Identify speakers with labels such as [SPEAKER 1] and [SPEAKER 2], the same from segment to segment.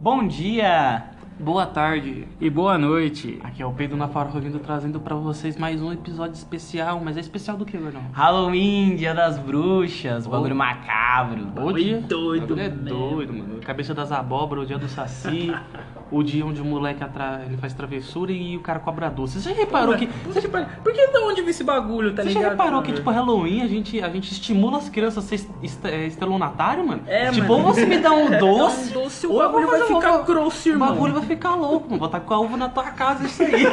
[SPEAKER 1] Bom dia!
[SPEAKER 2] Boa tarde,
[SPEAKER 3] E boa noite.
[SPEAKER 2] aqui é o Pedro Navarro vindo trazendo pra vocês mais um episódio especial, mas é especial do que, Gordão?
[SPEAKER 1] Halloween, dia das bruxas, bagulho macabro.
[SPEAKER 2] Hoje
[SPEAKER 3] doido né?
[SPEAKER 2] é doido, mano. Cabeça das abóbora, o dia do saci, o dia onde o moleque atra... ele faz travessura e o cara cobra doce. Você já reparou que...
[SPEAKER 3] Você já reparou- Por que de onde vem esse bagulho, tá
[SPEAKER 2] Você
[SPEAKER 3] ligado?
[SPEAKER 2] já reparou que,
[SPEAKER 3] mano?
[SPEAKER 2] tipo, Halloween a gente, a gente estimula as crianças a ser est- é, estelionatário, mano?
[SPEAKER 3] É,
[SPEAKER 2] tipo,
[SPEAKER 3] mano.
[SPEAKER 2] ou você me dá um
[SPEAKER 3] Dá
[SPEAKER 2] doce,
[SPEAKER 3] um doce,
[SPEAKER 2] ou eu
[SPEAKER 3] o
[SPEAKER 2] vou
[SPEAKER 3] bagulho vai
[SPEAKER 2] fazer um-
[SPEAKER 3] ficar grosso,
[SPEAKER 2] o
[SPEAKER 3] irmão.
[SPEAKER 2] bagulho vai ficar louco, mano. Vou tacar com a uva na tua casa, isso aí.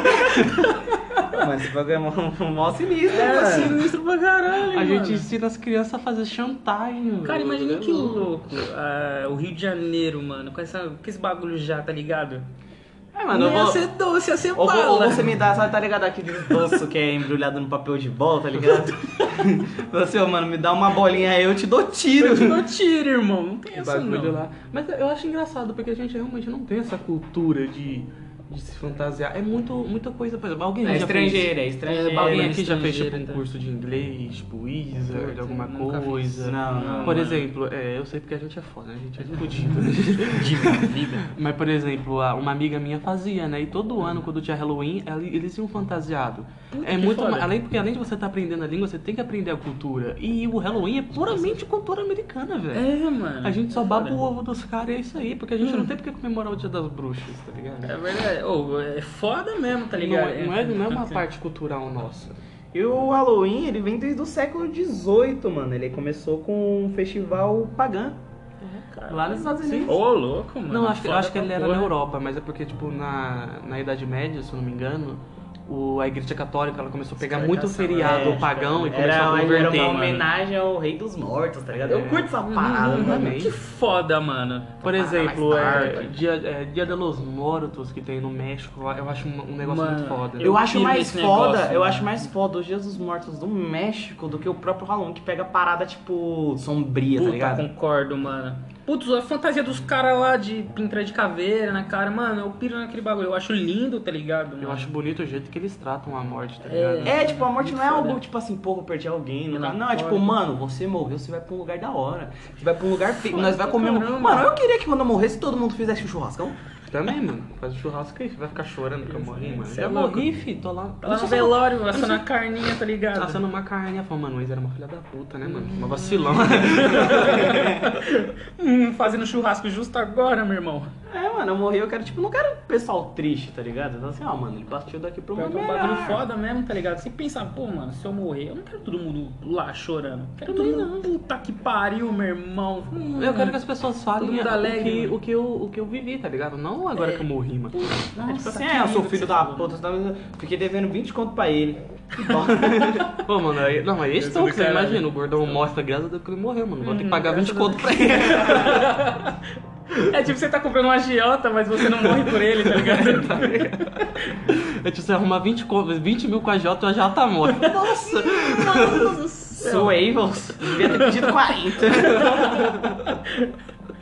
[SPEAKER 1] Mas esse bagulho é mó, mó sinistro,
[SPEAKER 3] É
[SPEAKER 1] mano.
[SPEAKER 3] sinistro pra caralho,
[SPEAKER 2] A gente
[SPEAKER 3] mano.
[SPEAKER 2] ensina as crianças a fazer chantagem, mano.
[SPEAKER 3] Cara, imagina que louco ah, o Rio de Janeiro, mano, com, essa, com esse bagulho já, tá ligado?
[SPEAKER 1] É, mano, eu
[SPEAKER 3] não ia
[SPEAKER 1] vou...
[SPEAKER 3] ser doce, ia ser
[SPEAKER 1] Ou,
[SPEAKER 3] bala.
[SPEAKER 1] ou você me dá, sabe, tá ligado? Aquele doce que é embrulhado no papel de bola, tá ligado? Você, ô, mano, me dá uma bolinha aí, eu te dou tiro.
[SPEAKER 3] Eu te dou tiro, irmão. Não tem
[SPEAKER 2] o
[SPEAKER 3] essa
[SPEAKER 2] bagulho
[SPEAKER 3] não.
[SPEAKER 2] lá. Mas eu acho engraçado, porque a gente realmente não tem essa cultura de, de se fantasiar. É muito, muita coisa, por exemplo, alguém
[SPEAKER 3] É
[SPEAKER 2] já
[SPEAKER 3] estrangeiro, é
[SPEAKER 2] fez...
[SPEAKER 3] estrangeiro.
[SPEAKER 2] Alguém
[SPEAKER 3] é
[SPEAKER 2] aqui já fez tipo, um
[SPEAKER 3] estrangeiro,
[SPEAKER 1] então.
[SPEAKER 3] tá?
[SPEAKER 2] curso de inglês, tipo Wizard,
[SPEAKER 3] Puta,
[SPEAKER 2] alguma
[SPEAKER 3] nunca fiz.
[SPEAKER 2] coisa.
[SPEAKER 1] Não, não,
[SPEAKER 2] Por
[SPEAKER 1] mano.
[SPEAKER 2] exemplo, é, eu sei porque a gente é foda, a gente é fodido.
[SPEAKER 3] Dívida, vida.
[SPEAKER 2] Mas, por exemplo, a- uma amiga minha fazia, né? E todo ano, quando tinha Halloween, ela- eles iam fantasiado.
[SPEAKER 3] Puta,
[SPEAKER 2] é
[SPEAKER 3] que
[SPEAKER 2] muito
[SPEAKER 3] foda.
[SPEAKER 2] ma- além Porque além de você estar aprendendo a língua, você tem que aprender a cultura. E o Halloween é puramente cultura americana, velho.
[SPEAKER 3] É, mano.
[SPEAKER 2] A gente só baba
[SPEAKER 3] Foda.
[SPEAKER 2] o ovo dos caras e é isso aí, porque a gente não tem porque comemorar o dia das bruxas, tá ligado?
[SPEAKER 3] É verdade. Ô, é foda mesmo, tá
[SPEAKER 2] Não,
[SPEAKER 3] ligado?
[SPEAKER 2] é- não, é, não é uma parte cultural nossa.
[SPEAKER 1] E o Halloween, ele vem desde o século XVIII, mano. Ele começou com um festival pagã.
[SPEAKER 3] É, Cara.
[SPEAKER 2] Lá nos Estados
[SPEAKER 3] Ô,
[SPEAKER 2] Unidos.
[SPEAKER 3] louco, mano.
[SPEAKER 2] é, Não, acho, que- eu
[SPEAKER 3] Foda
[SPEAKER 2] acho que
[SPEAKER 3] pra
[SPEAKER 2] ele era
[SPEAKER 3] porra.
[SPEAKER 2] na Europa, mas é porque, tipo, na, na Idade Média, se eu não me engano, o, a Igreja Católica ela começou a pegar muito
[SPEAKER 3] Escravização,
[SPEAKER 2] feriado
[SPEAKER 1] é,
[SPEAKER 2] pagão e começou
[SPEAKER 1] Era,
[SPEAKER 2] a converter.
[SPEAKER 1] era uma
[SPEAKER 2] mano.
[SPEAKER 1] homenagem ao rei dos mortos, tá ligado? Eu curto essa parada,
[SPEAKER 2] uhum,
[SPEAKER 1] mano.
[SPEAKER 2] uhum.
[SPEAKER 3] Que foda, mano.
[SPEAKER 2] Por
[SPEAKER 1] Ah,
[SPEAKER 2] exemplo,
[SPEAKER 1] mais
[SPEAKER 2] é,
[SPEAKER 1] tarde.
[SPEAKER 2] dia, é, Dia de los Mortos que tem no México, lá, eu acho um, um negócio
[SPEAKER 3] Mano,
[SPEAKER 2] muito foda.
[SPEAKER 1] Eu,
[SPEAKER 3] Eu
[SPEAKER 1] acho
[SPEAKER 3] piro
[SPEAKER 1] mais
[SPEAKER 3] nesse
[SPEAKER 1] foda,
[SPEAKER 3] negócio,
[SPEAKER 1] eu
[SPEAKER 3] mano.
[SPEAKER 1] acho mais foda os Dias dos Mortos do México do que o próprio Halloween que pega parada, tipo, sombria,
[SPEAKER 3] Puta,
[SPEAKER 1] tá ligado?
[SPEAKER 3] concordo, mano. Putz, a fantasia dos caras lá de pintar de caveira na cara, mano, eu piro naquele bagulho. Eu acho lindo, tá ligado?
[SPEAKER 2] Eu
[SPEAKER 3] mano?
[SPEAKER 2] acho bonito o jeito que eles tratam a morte, tá ligado?
[SPEAKER 1] É, tipo, a morte não é
[SPEAKER 3] Foda.
[SPEAKER 1] algo tipo assim, porra, eu perdi alguém. Não,
[SPEAKER 3] Ela
[SPEAKER 1] tá- não é tipo,
[SPEAKER 3] acorda.
[SPEAKER 1] mano, você morreu, você vai pra um lugar da hora. Você vai pra um lugar feio, nós
[SPEAKER 3] pra
[SPEAKER 1] vai comer. um.
[SPEAKER 3] caramba.
[SPEAKER 1] Mano, eu queria que quando eu morresse todo mundo fizesse um churrascão.
[SPEAKER 2] Também, mano. Faz o churrasco aí, você vai ficar chorando que eu morri, mano.
[SPEAKER 3] Cê
[SPEAKER 2] já
[SPEAKER 3] é louco.
[SPEAKER 2] morri, fi, tô lá.
[SPEAKER 3] Tá lá no
[SPEAKER 2] Nossa,
[SPEAKER 3] velório, assando a carninha, tá ligado?
[SPEAKER 2] Assando uma carninha, falando, mano, mas era uma filha da puta, né, mano? Uma vacilão.
[SPEAKER 3] Hum, fazendo churrasco justo agora, meu irmão.
[SPEAKER 1] É, mano, eu morri, eu quero, tipo, não quero pessoal triste, tá ligado? Então assim, ó, mano, ele partiu daqui pro
[SPEAKER 3] Pior
[SPEAKER 1] mundo.
[SPEAKER 3] que
[SPEAKER 1] ah.
[SPEAKER 3] É um bagulho
[SPEAKER 1] melhor.
[SPEAKER 3] foda mesmo, tá ligado? Você pensa, pô, mano, se eu morrer, eu não quero todo mundo lá chorando. Eu Quero todo mundo. Puta que pariu, meu irmão. Hum,
[SPEAKER 2] eu quero que as pessoas falem
[SPEAKER 3] Todo mundo
[SPEAKER 2] o,
[SPEAKER 3] alegre, né?
[SPEAKER 2] que,
[SPEAKER 3] mano.
[SPEAKER 2] o, que eu, o que eu vivi, tá ligado? Não agora que eu morri, mano.
[SPEAKER 3] Nossa,
[SPEAKER 1] Tipo assim,
[SPEAKER 3] que
[SPEAKER 1] é, eu
[SPEAKER 3] lindo
[SPEAKER 1] sou
[SPEAKER 3] que
[SPEAKER 1] filho
[SPEAKER 3] você
[SPEAKER 1] da
[SPEAKER 3] falou.
[SPEAKER 1] puta, tá ligado? fiquei devendo 20 conto pra ele. Bom,
[SPEAKER 2] Pô, mano, aí, não, mas
[SPEAKER 3] Eu
[SPEAKER 2] esse
[SPEAKER 3] sou do
[SPEAKER 2] toque, você
[SPEAKER 3] caralho.
[SPEAKER 2] imagina, o gordão mostra, graças a Deus que ele morreu, mano. Vou ter que
[SPEAKER 3] Uhum,
[SPEAKER 2] pagar 20
[SPEAKER 3] graças a
[SPEAKER 2] conto pra ele.
[SPEAKER 3] É tipo você tá comprando uma agiota, mas você não morre por ele, tá ligado?
[SPEAKER 2] É tipo, você arrumar 20, co- 20 mil com a Jota, a Jota tá morta.
[SPEAKER 1] Nossa,
[SPEAKER 3] Nossa do céu.
[SPEAKER 1] sou Evils, devia ter pedido 40.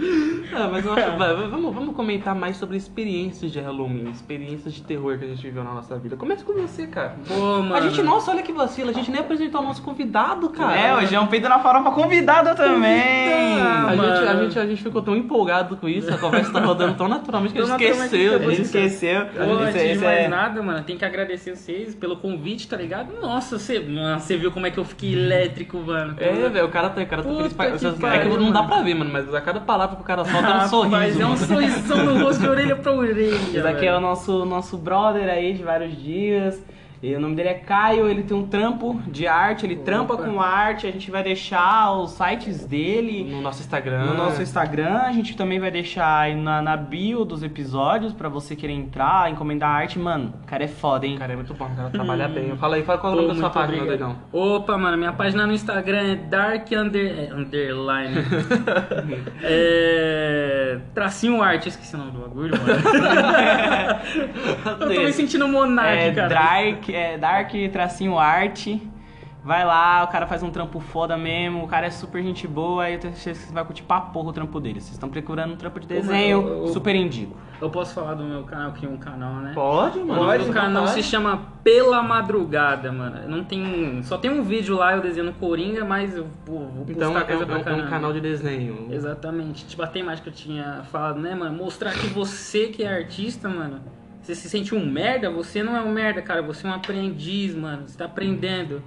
[SPEAKER 2] É, mas eu acho. vai, vamos, vamos comentar mais sobre experiências de Halloween, experiências de terror que a gente viveu na nossa vida. Começa com você, cara.
[SPEAKER 3] Pô, mano.
[SPEAKER 2] A gente, nossa, olha que vacila, a gente nem apresentou o nosso convidado, cara.
[SPEAKER 1] É, hoje é um peito na farofa convidado também.
[SPEAKER 3] Convidado.
[SPEAKER 2] A gente, a,
[SPEAKER 3] Ah, mano.
[SPEAKER 2] gente, a gente ficou tão empolgado com isso, a conversa tá rodando tão naturalmente que a
[SPEAKER 3] Tão
[SPEAKER 2] gente esqueceu.
[SPEAKER 1] A gente
[SPEAKER 3] naturalmente.
[SPEAKER 2] disso.
[SPEAKER 1] esqueceu.
[SPEAKER 3] Pô,
[SPEAKER 1] Esse-
[SPEAKER 3] antes de
[SPEAKER 1] esse
[SPEAKER 3] mais
[SPEAKER 1] é-
[SPEAKER 3] nada, mano, tem que agradecer vocês pelo convite, tá ligado? Nossa, você, mano, você viu como é que eu fiquei elétrico, mano.
[SPEAKER 2] É, velho, o cara tá, o cara tá
[SPEAKER 3] Puta
[SPEAKER 2] feliz pra...
[SPEAKER 3] que
[SPEAKER 2] Vocês- é que
[SPEAKER 3] pariu,
[SPEAKER 2] não dá
[SPEAKER 3] mano.
[SPEAKER 2] pra ver, mano, mas a cada palavra que o cara solta é um
[SPEAKER 3] Rapaz,
[SPEAKER 2] sorriso.
[SPEAKER 3] é um
[SPEAKER 2] mano.
[SPEAKER 3] sorrisão no rosto de orelha pra orelha.
[SPEAKER 1] Esse daqui é
[SPEAKER 3] velho.
[SPEAKER 1] o nosso, nosso brother aí de vários dias. E o nome dele é Caio, ele tem um trampo de arte, ele trampa com arte, a gente vai deixar os sites dele
[SPEAKER 2] No nosso Instagram.
[SPEAKER 1] no nosso Instagram, a gente também vai deixar aí na, na bio dos episódios pra você querer entrar, encomendar arte, mano, o cara é foda, hein?
[SPEAKER 2] Cara, é muito bom, o cara trabalha bem. Fala aí, fala qual é o
[SPEAKER 3] Hum. Pô,
[SPEAKER 2] nome da sua
[SPEAKER 3] muito
[SPEAKER 2] página,
[SPEAKER 3] obrigado.
[SPEAKER 2] doidão.
[SPEAKER 3] Opa, mano, minha página no Instagram é dark under- é, underline. é, tracinho arte, eu esqueci o nome do bagulho, mano. eu tô me sentindo um monarca,
[SPEAKER 1] É
[SPEAKER 3] cara.
[SPEAKER 1] dark, é dark tracinho arte. Vai lá, o cara faz um trampo foda mesmo, o cara é super gente boa, aí eu tenho certeza que você vai curtir pra porra o trampo dele. Vocês estão procurando um trampo de
[SPEAKER 3] Ô, mano,
[SPEAKER 1] desenho,
[SPEAKER 3] eu- eu-
[SPEAKER 1] super indico.
[SPEAKER 3] Eu posso falar do meu canal, eu criei um canal, né?
[SPEAKER 1] Pode, mano.
[SPEAKER 3] O nome do
[SPEAKER 1] Fica à
[SPEAKER 3] canal
[SPEAKER 1] vontade.
[SPEAKER 3] se chama Pela Madrugada, mano. Não tem. Só tem um vídeo lá, eu desenho Coringa, mas eu vou, vou postar
[SPEAKER 2] Então é,
[SPEAKER 3] coisa
[SPEAKER 2] um-
[SPEAKER 3] pra
[SPEAKER 2] é um- é um
[SPEAKER 3] caramba.
[SPEAKER 2] canal de desenho.
[SPEAKER 3] Exatamente. Tipo, a temática que eu tinha falado, né, mano? Mostrar que você que é artista, mano, você se sente um merda, você não é um merda, cara. Você é um aprendiz, mano. Você tá aprendendo.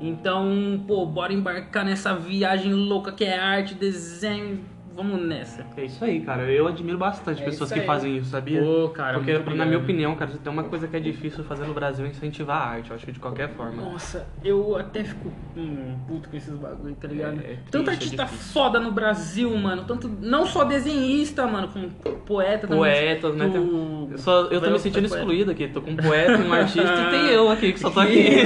[SPEAKER 3] Então, pô, bora embarcar nessa viagem louca que é arte, desenho. Vamos nessa.
[SPEAKER 2] É isso aí, cara. Eu admiro bastante
[SPEAKER 3] É
[SPEAKER 2] pessoas
[SPEAKER 3] isso
[SPEAKER 2] que
[SPEAKER 3] aí.
[SPEAKER 2] fazem isso, sabia?
[SPEAKER 3] Pô, cara.
[SPEAKER 2] Porque,
[SPEAKER 3] muito
[SPEAKER 2] na minha
[SPEAKER 3] obrigado.
[SPEAKER 2] opinião, cara, se tem uma coisa que é difícil fazer no Brasil é incentivar a arte, eu acho que de qualquer forma.
[SPEAKER 3] Nossa, eu até fico hum, puto com esses bagulho, tá
[SPEAKER 2] É,
[SPEAKER 3] ligado?
[SPEAKER 2] é triste,
[SPEAKER 3] Tanto
[SPEAKER 2] é
[SPEAKER 3] artista
[SPEAKER 2] difícil.
[SPEAKER 3] foda no Brasil, mano. Tanto, não só desenhista, mano, como poeta também.
[SPEAKER 2] Poetas, né? Tem-
[SPEAKER 3] Tu-
[SPEAKER 2] Eu, só, eu tô
[SPEAKER 3] Vai,
[SPEAKER 2] me sentindo
[SPEAKER 3] tá poeta.
[SPEAKER 2] excluído aqui. Tô com um poeta, um artista e tem eu aqui que só tô aqui.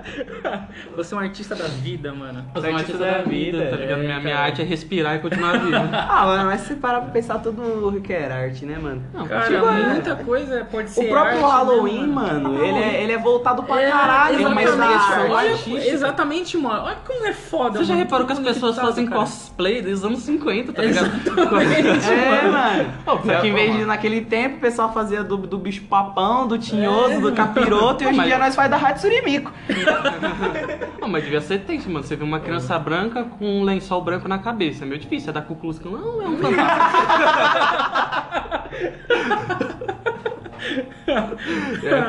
[SPEAKER 3] Você é um artista da vida, mano.
[SPEAKER 2] Eu sou um artista da vida, tá ligado?
[SPEAKER 1] é,
[SPEAKER 2] Minha, minha
[SPEAKER 1] cara.
[SPEAKER 2] arte é respirar e continuar vivo.
[SPEAKER 1] Ah, mano, mas se parar pra pensar, todo mundo quer arte, né, mano?
[SPEAKER 3] Cara,
[SPEAKER 1] Tipo, é-
[SPEAKER 3] muita coisa pode
[SPEAKER 1] O
[SPEAKER 3] ser.
[SPEAKER 1] próprio
[SPEAKER 3] arte,
[SPEAKER 1] Halloween,
[SPEAKER 3] né,
[SPEAKER 1] mano, ele, é, ele é voltado pra caralho,
[SPEAKER 3] exatamente,
[SPEAKER 1] mas é um na
[SPEAKER 3] mano.
[SPEAKER 1] arte.
[SPEAKER 3] Olha, exatamente, mano. Olha como é foda.
[SPEAKER 2] Você já
[SPEAKER 3] mano.
[SPEAKER 2] reparou que as
[SPEAKER 3] Como
[SPEAKER 2] pessoas
[SPEAKER 3] tá,
[SPEAKER 2] fazem
[SPEAKER 3] cara?
[SPEAKER 2] cosplay dos anos 50, tá ligado?
[SPEAKER 1] É, mano.
[SPEAKER 2] Pô,
[SPEAKER 1] Só que em vez
[SPEAKER 2] pô,
[SPEAKER 1] de
[SPEAKER 2] mano.
[SPEAKER 1] naquele tempo o pessoal fazia do, do bicho papão, do tinhoso, do capiroto, e hoje em
[SPEAKER 2] Mas-
[SPEAKER 1] dia nós faz da rádio surimico.
[SPEAKER 2] Não, mas devia ser tenso, mano. Você viu uma criança branca com um lençol branco na cabeça. É meio difícil. É da Cuculus que não é um fantasma. é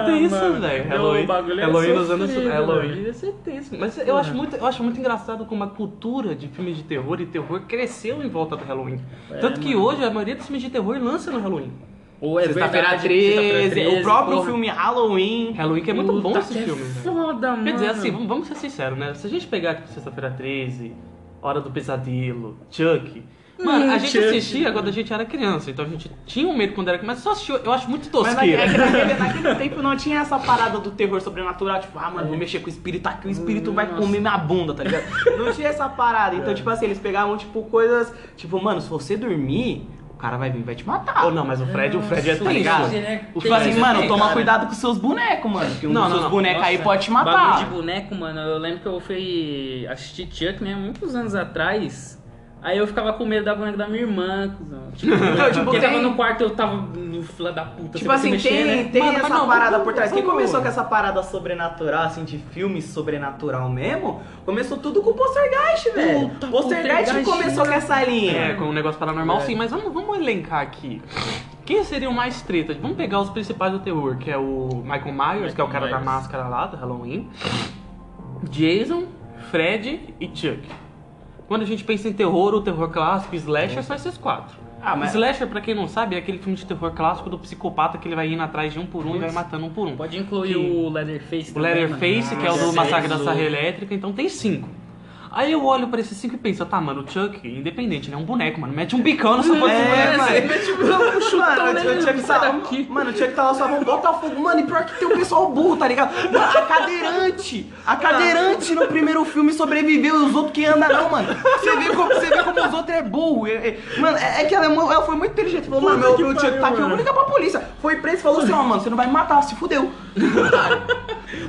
[SPEAKER 2] tenso,
[SPEAKER 3] Ah, mano.
[SPEAKER 2] velho.
[SPEAKER 3] Não,
[SPEAKER 2] Halloween,
[SPEAKER 3] o bagulho é
[SPEAKER 2] Halloween nos anos.
[SPEAKER 3] sofrido,
[SPEAKER 2] Halloween
[SPEAKER 3] velho.
[SPEAKER 2] devia ser tenso. Mas eu acho, muito, eu acho muito engraçado como a cultura de filmes de terror e terror cresceu em volta do Halloween.
[SPEAKER 3] É,
[SPEAKER 2] Tanto que hoje a maioria dos filmes de terror lança no Halloween.
[SPEAKER 3] Ou é
[SPEAKER 1] Sexta-feira
[SPEAKER 3] verdade,
[SPEAKER 1] 13, o próprio
[SPEAKER 3] porra.
[SPEAKER 1] filme Halloween.
[SPEAKER 2] Halloween que é muito bom
[SPEAKER 3] Puta
[SPEAKER 2] esse
[SPEAKER 3] que
[SPEAKER 2] filme.
[SPEAKER 3] É
[SPEAKER 2] velho.
[SPEAKER 3] foda, mano.
[SPEAKER 2] Quer dizer, assim, vamos, vamos ser sinceros, né? Se a gente pegar tipo, Sexta-feira 13, Hora do Pesadelo, Chuck. Mano, a
[SPEAKER 3] Hum,
[SPEAKER 2] gente
[SPEAKER 3] Chuck.
[SPEAKER 2] assistia quando a gente era criança, então a gente tinha um medo quando era criança, mas só assistiu. Eu acho muito
[SPEAKER 1] Mas naquele,
[SPEAKER 2] tosqueira.
[SPEAKER 1] é que naquele- naquele tempo não tinha essa parada do terror sobrenatural, tipo, ah, mano, vou mexer com o espírito aqui, o espírito vai
[SPEAKER 3] Nossa.
[SPEAKER 1] comer minha bunda, tá ligado? Não tinha essa parada.
[SPEAKER 2] É.
[SPEAKER 1] Então, tipo assim, eles pegavam, tipo, coisas, tipo, mano, se você dormir, o cara vai vir e vai te matar.
[SPEAKER 2] Ou não, mas o Fred, o Fred é
[SPEAKER 3] Nossa,
[SPEAKER 1] Tá ligado?
[SPEAKER 2] tenso.
[SPEAKER 3] ele é
[SPEAKER 1] Tipo assim,
[SPEAKER 3] tenso,
[SPEAKER 1] mano,
[SPEAKER 3] né,
[SPEAKER 1] toma
[SPEAKER 3] cara?
[SPEAKER 1] cuidado com seus bonecos, mano. Que um
[SPEAKER 2] Não,
[SPEAKER 1] dos
[SPEAKER 2] não,
[SPEAKER 1] seus
[SPEAKER 2] não.
[SPEAKER 1] bonecos aí
[SPEAKER 3] Nossa,
[SPEAKER 1] pode te
[SPEAKER 3] Bagulho de
[SPEAKER 1] matar.
[SPEAKER 3] boneco, mano. Eu lembro que eu fui assistir Chuck, né? Muitos anos atrás. Aí eu ficava com medo da boneca da minha irmã, cuzão. Tipo,
[SPEAKER 1] Não, tipo,
[SPEAKER 3] porque
[SPEAKER 1] tem-
[SPEAKER 3] tava no quarto eu tava no fila da puta.
[SPEAKER 1] Tipo
[SPEAKER 3] você
[SPEAKER 1] assim,
[SPEAKER 3] vai se
[SPEAKER 1] tem,
[SPEAKER 3] mexer, né?
[SPEAKER 1] tem
[SPEAKER 2] Mano, mas
[SPEAKER 1] essa
[SPEAKER 2] não, vamos-
[SPEAKER 1] parada por trás. Quem
[SPEAKER 2] vamos-
[SPEAKER 1] começou com essa parada sobrenatural, assim, de filme sobrenatural mesmo, começou tudo com o Poltergeist, velho.
[SPEAKER 3] Puta,
[SPEAKER 1] Poltergeist
[SPEAKER 3] Poltergeist,
[SPEAKER 1] começou com essa linha.
[SPEAKER 2] É, com um negócio paranormal, sim, mas vamos, vamos elencar aqui. Quem seria o mais treta? Vamos pegar os principais do terror, que é o Michael Myers, que é o cara
[SPEAKER 3] Michael Myers.
[SPEAKER 2] da máscara lá, do Halloween. Jason, Fred e Chuck. Quando a gente pensa em terror, o terror clássico, slasher, são esses quatro.
[SPEAKER 1] Ah, mas-
[SPEAKER 2] Slasher, pra quem não sabe, é aquele filme de terror clássico do psicopata que ele vai indo atrás de um por um e vai matando um por um.
[SPEAKER 3] Pode incluir
[SPEAKER 2] Que-
[SPEAKER 3] o Leatherface
[SPEAKER 2] o
[SPEAKER 3] também,
[SPEAKER 2] Leatherface,
[SPEAKER 3] mano.
[SPEAKER 2] que é o do
[SPEAKER 3] Nossa,
[SPEAKER 2] Massacre
[SPEAKER 3] é
[SPEAKER 2] da
[SPEAKER 3] louco.
[SPEAKER 2] Serra Elétrica, então tem cinco. Aí eu olho pra esses cinco e penso, tá, mano, o Chuck, independente, ele é um boneco, mano, mete um bicão nessa porra.
[SPEAKER 1] É,
[SPEAKER 2] desse moleque.
[SPEAKER 1] mano.
[SPEAKER 3] um chutão
[SPEAKER 1] Mano,
[SPEAKER 3] nele,
[SPEAKER 1] o Chuck
[SPEAKER 3] sai
[SPEAKER 1] tá-
[SPEAKER 3] daqui.
[SPEAKER 1] Mano, o Chuck tá lá só vamos botar fogo. Mano, e pior que tem o pessoal burro, tá ligado? Mano, a cadeirante. A cadeirante no primeiro filme sobreviveu e os outros que andam não, mano. Você vê como, você vê como os outros é burro. É- é- mano, é, é que ela, é mu- ela foi muito inteligente. Falou, mano,
[SPEAKER 3] Puta
[SPEAKER 1] meu,
[SPEAKER 3] que
[SPEAKER 1] meu Chuck
[SPEAKER 3] pariu,
[SPEAKER 2] é
[SPEAKER 1] tá aqui, eu
[SPEAKER 3] mano.
[SPEAKER 1] vou ligar pra polícia. Foi preso e falou assim, ó, mano, você não vai me matar, se fudeu.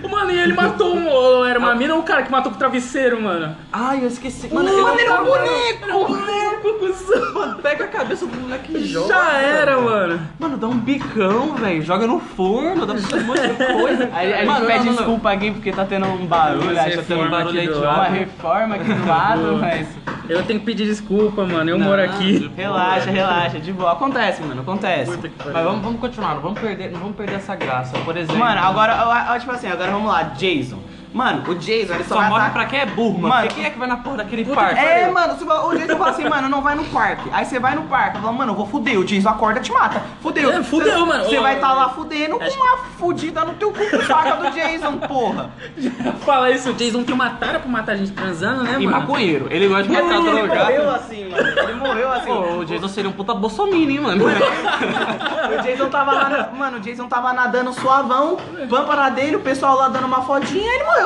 [SPEAKER 3] Ô, Mano, e ele matou um. ou Era uma mina ou um cara que matou com o travesseiro, mano?
[SPEAKER 2] Ai, eu esqueci.
[SPEAKER 1] Mano,
[SPEAKER 2] eu-
[SPEAKER 1] ele
[SPEAKER 3] tá
[SPEAKER 1] era um boneco.
[SPEAKER 3] Boneco, cuzão.
[SPEAKER 2] Mano, pega a cabeça do moleque e joga.
[SPEAKER 3] Já era, mano.
[SPEAKER 2] Mano, dá um bicão, velho. Joga no forno, dá pra fazer um monte de coisa.
[SPEAKER 1] Aí a gente
[SPEAKER 2] Mano, não,
[SPEAKER 1] pede
[SPEAKER 2] não, não.
[SPEAKER 1] desculpa aqui porque tá tendo um barulho,
[SPEAKER 3] Essa
[SPEAKER 1] acho que tá tendo um
[SPEAKER 3] reforma aqui
[SPEAKER 1] barulho aí de
[SPEAKER 3] do
[SPEAKER 1] uma
[SPEAKER 3] lado.
[SPEAKER 1] reforma aqui do lado, mas.
[SPEAKER 3] Eu tenho que pedir desculpa, mano. Eu moro aqui.
[SPEAKER 1] Relaxa, relaxa, de boa. Acontece, mano, acontece.
[SPEAKER 3] Puta que pariu.
[SPEAKER 2] Mas vamos, vamos continuar, não vamos, perder, não vamos perder essa graça. Por exemplo,
[SPEAKER 1] Mano, agora, eu- eu- tipo assim, agora vamos lá, Jason. Mano, o Jason, ele só,
[SPEAKER 2] só
[SPEAKER 1] vai
[SPEAKER 2] mora
[SPEAKER 1] atacar-
[SPEAKER 2] pra quem é burro, mano.
[SPEAKER 1] Mano,
[SPEAKER 2] Porque quem é que vai na porra daquele
[SPEAKER 3] puta
[SPEAKER 2] parque?
[SPEAKER 1] É, mano, você fala- o Jason fala assim, mano, não vai no parque. Aí você vai no parque, fala, mano, eu vou fuder, o Jason acorda te mata. Fudeu.
[SPEAKER 3] É, fudeu,
[SPEAKER 1] Você-
[SPEAKER 3] mano.
[SPEAKER 1] Você
[SPEAKER 3] Ô,
[SPEAKER 1] vai tá
[SPEAKER 3] mano.
[SPEAKER 1] lá fudendo com uma fudida no teu cu com faca do Jason, porra.
[SPEAKER 3] Fala isso, o Jason tem uma tara pra matar a gente transando, né,
[SPEAKER 2] E
[SPEAKER 3] mano?
[SPEAKER 2] maconheiro. Ele gosta de matar
[SPEAKER 1] ele morreu
[SPEAKER 2] drogado.
[SPEAKER 1] assim, mano. Ele morreu assim.
[SPEAKER 2] Pô, o Jason seria um puta bolsominion, hein, mano.
[SPEAKER 1] O Jason tava lá, na- mano, o Jason tava nadando suavão, pampa na dele, o pessoal lá dando uma fodinha, ele morreu.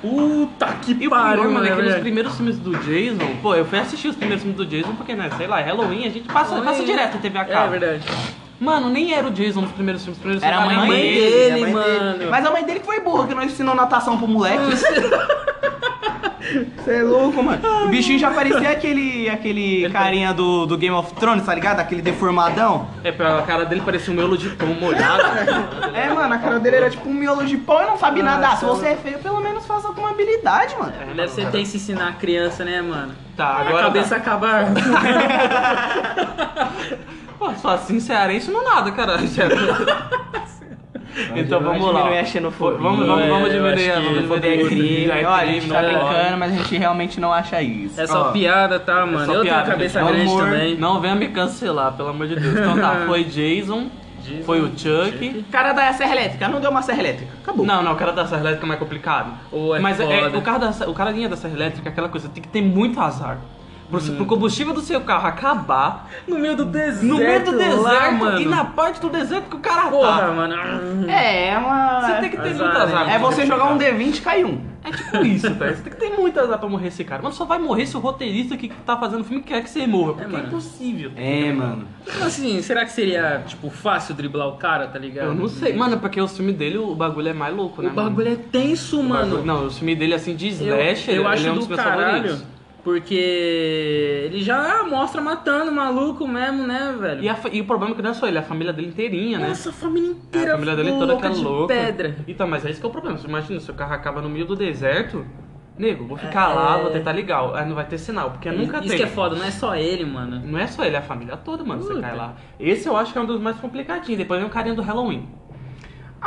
[SPEAKER 3] Puta
[SPEAKER 2] E
[SPEAKER 3] que
[SPEAKER 2] o pior,
[SPEAKER 3] pariu,
[SPEAKER 2] mano, é que nos
[SPEAKER 3] mano.
[SPEAKER 2] primeiros filmes do Jason, pô, eu fui assistir os primeiros filmes do Jason porque, né, sei lá, Halloween, a gente passa, passa direto a TV a
[SPEAKER 3] É
[SPEAKER 2] cabo.
[SPEAKER 3] verdade.
[SPEAKER 2] Mano, nem era o Jason nos primeiros filmes. Os primeiros
[SPEAKER 3] Era
[SPEAKER 2] filmes
[SPEAKER 3] a mãe dele.
[SPEAKER 1] a mãe
[SPEAKER 3] mano.
[SPEAKER 1] Mas a mãe dele que foi burra, que não ensinou natação pro moleque. Você é louco, mano. O bichinho já parecia aquele, aquele carinha do, do Game of Thrones, tá ligado? Aquele deformadão.
[SPEAKER 2] É, pela cara dele parecia um miolo de pão molhado.
[SPEAKER 1] É, mano, a cara dele era tipo um miolo de pão e não sabe nadar. Se você é feio, pelo menos faça alguma habilidade, mano.
[SPEAKER 3] Deve ser ter se ensinar a criança, né, mano?
[SPEAKER 2] Tá,
[SPEAKER 3] a
[SPEAKER 2] agora
[SPEAKER 3] cabeça acaba.
[SPEAKER 2] Pô, só assim cearense não nada, caralho. então
[SPEAKER 1] Eu acho
[SPEAKER 2] vamos
[SPEAKER 1] que
[SPEAKER 2] lá.
[SPEAKER 1] Não é xenofobia.
[SPEAKER 2] Vamos, vamos, vamos
[SPEAKER 3] É, eu
[SPEAKER 2] diminuir
[SPEAKER 3] acho
[SPEAKER 2] a
[SPEAKER 3] que
[SPEAKER 1] Xenofobia é crime. Olha, a gente tá
[SPEAKER 2] não pode.
[SPEAKER 1] brincando, mas a gente realmente não acha isso.
[SPEAKER 3] É só
[SPEAKER 2] Ó,
[SPEAKER 3] piada, tá, mano?
[SPEAKER 2] só
[SPEAKER 3] Eu tenho a
[SPEAKER 2] piada,
[SPEAKER 3] cabeça
[SPEAKER 2] gente.
[SPEAKER 3] grande
[SPEAKER 2] Amor,
[SPEAKER 3] também.
[SPEAKER 2] Não venha me cancelar, pelo amor de Deus. Então tá, foi Jason,
[SPEAKER 3] Jason,
[SPEAKER 2] foi o Chuck.
[SPEAKER 1] O cara da serra elétrica, não deu uma serra elétrica. Acabou.
[SPEAKER 2] Não, não, o cara da serra elétrica é mais complicado.
[SPEAKER 3] Ô, é
[SPEAKER 2] Mas
[SPEAKER 3] foda.
[SPEAKER 2] o, cara da, o carinha da serra elétrica é aquela coisa, tem que ter muito azar. Pro,
[SPEAKER 3] Hum.
[SPEAKER 2] pro combustível do seu carro acabar,
[SPEAKER 3] No meio do deserto.
[SPEAKER 2] no meio do deserto
[SPEAKER 3] lá, mano.
[SPEAKER 2] e na parte do deserto que o cara
[SPEAKER 3] Porra,
[SPEAKER 2] tá.
[SPEAKER 3] mano.
[SPEAKER 1] É, é uma.
[SPEAKER 2] Você tem que ter
[SPEAKER 3] Azar,
[SPEAKER 2] muito azar.
[SPEAKER 3] né?
[SPEAKER 1] É você jogar um D20 e cair um.
[SPEAKER 2] É tipo isso, velho. Você tem que ter muito azar pra morrer esse cara. Mano, só vai morrer se o roteirista que tá fazendo o filme quer que você morra. Porque é,
[SPEAKER 3] mano.
[SPEAKER 2] impossível.
[SPEAKER 1] É, mano.
[SPEAKER 3] Então, assim, será que seria, tipo, fácil driblar o cara, tá ligado?
[SPEAKER 2] Eu não sei. Mano, é porque o filme dele, o bagulho é mais louco, né?
[SPEAKER 3] O bagulho é tenso, mano.
[SPEAKER 2] Não, o filme dele, assim, de
[SPEAKER 3] Eu,
[SPEAKER 2] slash,
[SPEAKER 3] eu
[SPEAKER 2] ele
[SPEAKER 3] acho
[SPEAKER 2] é um dos
[SPEAKER 3] do
[SPEAKER 2] meus
[SPEAKER 3] caralho.
[SPEAKER 2] favoritos.
[SPEAKER 3] Porque ele já mostra matando o maluco mesmo, né, velho?
[SPEAKER 2] E, a fa- e o problema é que não é só ele, é a família dele inteirinha, né?
[SPEAKER 3] Nossa, a família
[SPEAKER 2] É,
[SPEAKER 3] inteira
[SPEAKER 2] a família dele
[SPEAKER 3] ficou
[SPEAKER 2] toda
[SPEAKER 3] louca
[SPEAKER 2] que é
[SPEAKER 3] de
[SPEAKER 2] louca.
[SPEAKER 3] pedra.
[SPEAKER 2] Então, mas é isso que é o problema. Você imagina, seu carro acaba no meio do deserto, nego, vou ficar lá,
[SPEAKER 3] É.
[SPEAKER 2] vou tentar ligar. Aí não vai ter sinal, porque nunca
[SPEAKER 3] Isso
[SPEAKER 2] tem.
[SPEAKER 3] que é foda, não é só ele, mano.
[SPEAKER 2] Não é só ele, é a família toda, mano, você
[SPEAKER 3] Puta.
[SPEAKER 2] cai lá. Esse eu acho que é um dos mais complicadinhos. Depois vem o carinha do Halloween.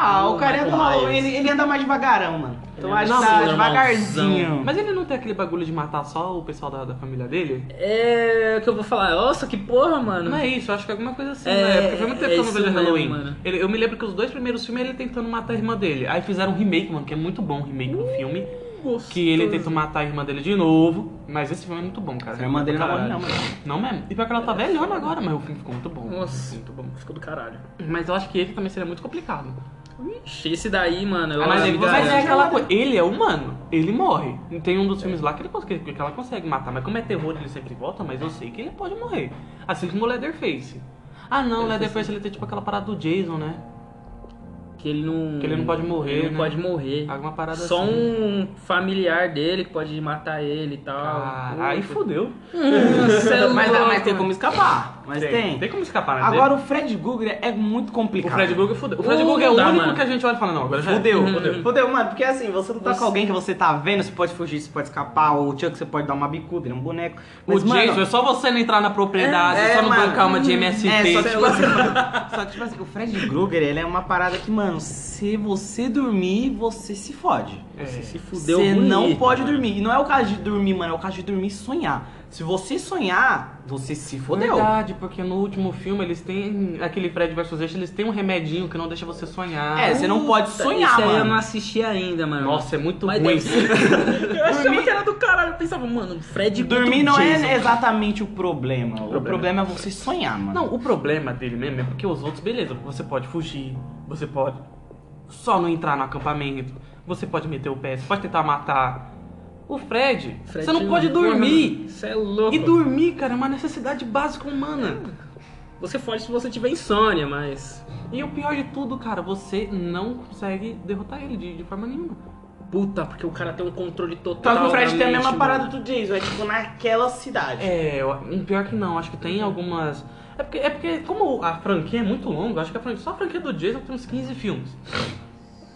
[SPEAKER 1] Ah,
[SPEAKER 3] Não,
[SPEAKER 1] o cara do
[SPEAKER 3] Michael
[SPEAKER 1] Halloween,
[SPEAKER 3] Myers.
[SPEAKER 1] ele, ele anda mais devagarão, mano. Então
[SPEAKER 3] anda
[SPEAKER 1] acho que
[SPEAKER 3] mais
[SPEAKER 1] tá
[SPEAKER 3] normalzão.
[SPEAKER 1] devagarzinho.
[SPEAKER 2] Mas ele não tem aquele bagulho de matar só o pessoal da, da família dele?
[SPEAKER 3] É o que eu vou falar, nossa, que porra, mano.
[SPEAKER 2] Não é isso, eu acho que é alguma coisa assim,
[SPEAKER 3] É,
[SPEAKER 2] né? Porque foi muito tempo
[SPEAKER 3] é
[SPEAKER 2] que eu não
[SPEAKER 3] isso
[SPEAKER 2] vejo
[SPEAKER 3] mesmo,
[SPEAKER 2] Halloween.
[SPEAKER 3] mano.
[SPEAKER 2] Ele- eu me lembro que os dois primeiros filmes ele tentando matar a irmã dele. Aí fizeram um remake, mano, que é muito bom o remake do filme.
[SPEAKER 3] Gostoso.
[SPEAKER 2] Que ele tentou matar a irmã dele de novo. Mas esse filme é muito bom, cara.
[SPEAKER 1] A irmã dele não morre, não, mano.
[SPEAKER 2] Não mesmo. E pior que ela tá velhona agora, mas o filme ficou muito bom.
[SPEAKER 3] Nossa.
[SPEAKER 2] Muito bom.
[SPEAKER 3] Ficou do caralho.
[SPEAKER 2] Mas eu acho que ele também seria muito complicado.
[SPEAKER 3] Ixi, esse daí, mano, eu
[SPEAKER 2] Ah, mas
[SPEAKER 3] acho
[SPEAKER 2] ele-
[SPEAKER 3] que-
[SPEAKER 2] mas é
[SPEAKER 1] já-
[SPEAKER 2] aquela coisa. Ele é humano, ele morre. Tem um dos filmes lá que, ele, cons- que, que ela consegue matar, mas como é terror, ele sempre volta, mas eu sei que ele pode morrer. Assim como o Leatherface. Ah não, o Leatherface ele tem tipo aquela parada do Jason, né?
[SPEAKER 3] que ele não.
[SPEAKER 2] Que ele não pode morrer,
[SPEAKER 3] Ele não
[SPEAKER 2] né?
[SPEAKER 3] pode morrer.
[SPEAKER 2] Alguma parada
[SPEAKER 3] Só
[SPEAKER 2] assim.
[SPEAKER 3] um familiar dele que pode matar ele e tal.
[SPEAKER 2] Cara, Ah, aí
[SPEAKER 3] Ah, Puta.
[SPEAKER 2] fudeu.
[SPEAKER 3] Nossa, é
[SPEAKER 1] Mas, dá-
[SPEAKER 3] louco.
[SPEAKER 1] mas tem como escapar. Mas tem.
[SPEAKER 2] Tem como escapar, né?
[SPEAKER 1] Agora o Fred Guger é muito
[SPEAKER 2] o
[SPEAKER 1] complicado.
[SPEAKER 2] Fred Burger fudeu. O Fred
[SPEAKER 3] Uh,
[SPEAKER 2] Burger é o
[SPEAKER 3] dá,
[SPEAKER 2] único
[SPEAKER 3] mano.
[SPEAKER 2] que a gente olha e fala, não, agora já.
[SPEAKER 1] Fudeu,
[SPEAKER 2] era.
[SPEAKER 1] fudeu, Uhum. fudeu, mano, porque assim, você não tá com alguém que você tá vendo, você pode fugir, você pode escapar, ou o Chuck você pode dar uma bicuda, ele é um boneco.
[SPEAKER 2] O
[SPEAKER 1] Mas, mano,
[SPEAKER 2] Jason, é só você não entrar na propriedade, é, só não
[SPEAKER 1] mano.
[SPEAKER 2] bancar uma de MST.
[SPEAKER 1] É, só, que, tipo assim, só que, tipo assim, o Fred Krueger, ele é uma parada que, mano, se você dormir, você se fode.
[SPEAKER 2] é.
[SPEAKER 3] Você se fudeu
[SPEAKER 1] Você
[SPEAKER 3] bonito,
[SPEAKER 1] não pode
[SPEAKER 3] mano.
[SPEAKER 1] dormir. E não é o caso de dormir, mano, é o caso de dormir e sonhar. Se você sonhar, você se fodeu.
[SPEAKER 2] Verdade, porque no último filme eles têm. Aquele Fred vs. Zeste, eles têm um remedinho que não deixa você sonhar.
[SPEAKER 1] É, você não pode sonhar,
[SPEAKER 3] Isso aí eu
[SPEAKER 1] mano.
[SPEAKER 3] não assisti ainda, mano.
[SPEAKER 2] Nossa, é muito
[SPEAKER 3] Mas
[SPEAKER 2] ruim.
[SPEAKER 1] é-
[SPEAKER 3] deve- eu achava que era do caralho. Eu pensava, mano, Fred
[SPEAKER 1] Dormir não
[SPEAKER 3] contra o
[SPEAKER 1] é
[SPEAKER 3] Jason.
[SPEAKER 1] exatamente o problema. O problema é você sonhar, mano.
[SPEAKER 2] Não, o problema dele mesmo é porque os outros, beleza, você pode fugir, você pode só não entrar no acampamento, você pode meter o pé, você pode tentar matar. O Fred,
[SPEAKER 3] Fred
[SPEAKER 2] você
[SPEAKER 1] é
[SPEAKER 2] não pode
[SPEAKER 1] um
[SPEAKER 3] porra,
[SPEAKER 2] dormir.
[SPEAKER 3] mano, Você é louco.
[SPEAKER 2] E dormir, cara, é uma necessidade básica humana.
[SPEAKER 3] Você fode se você tiver insônia, mas.
[SPEAKER 2] E o pior de tudo, cara, você não consegue derrotar ele de, de forma nenhuma.
[SPEAKER 3] Puta, porque o cara tem um controle total.
[SPEAKER 1] Só que o Fred
[SPEAKER 3] da
[SPEAKER 1] tem a
[SPEAKER 3] mente,
[SPEAKER 1] mesma
[SPEAKER 3] mano.
[SPEAKER 1] parada do Jason, é tipo naquela cidade.
[SPEAKER 2] É, eu- pior que não, acho que tem algumas. É porque, é porque como a franquia é muito longa, acho que a franquia, só a franquia do Jason tem uns 15 filmes.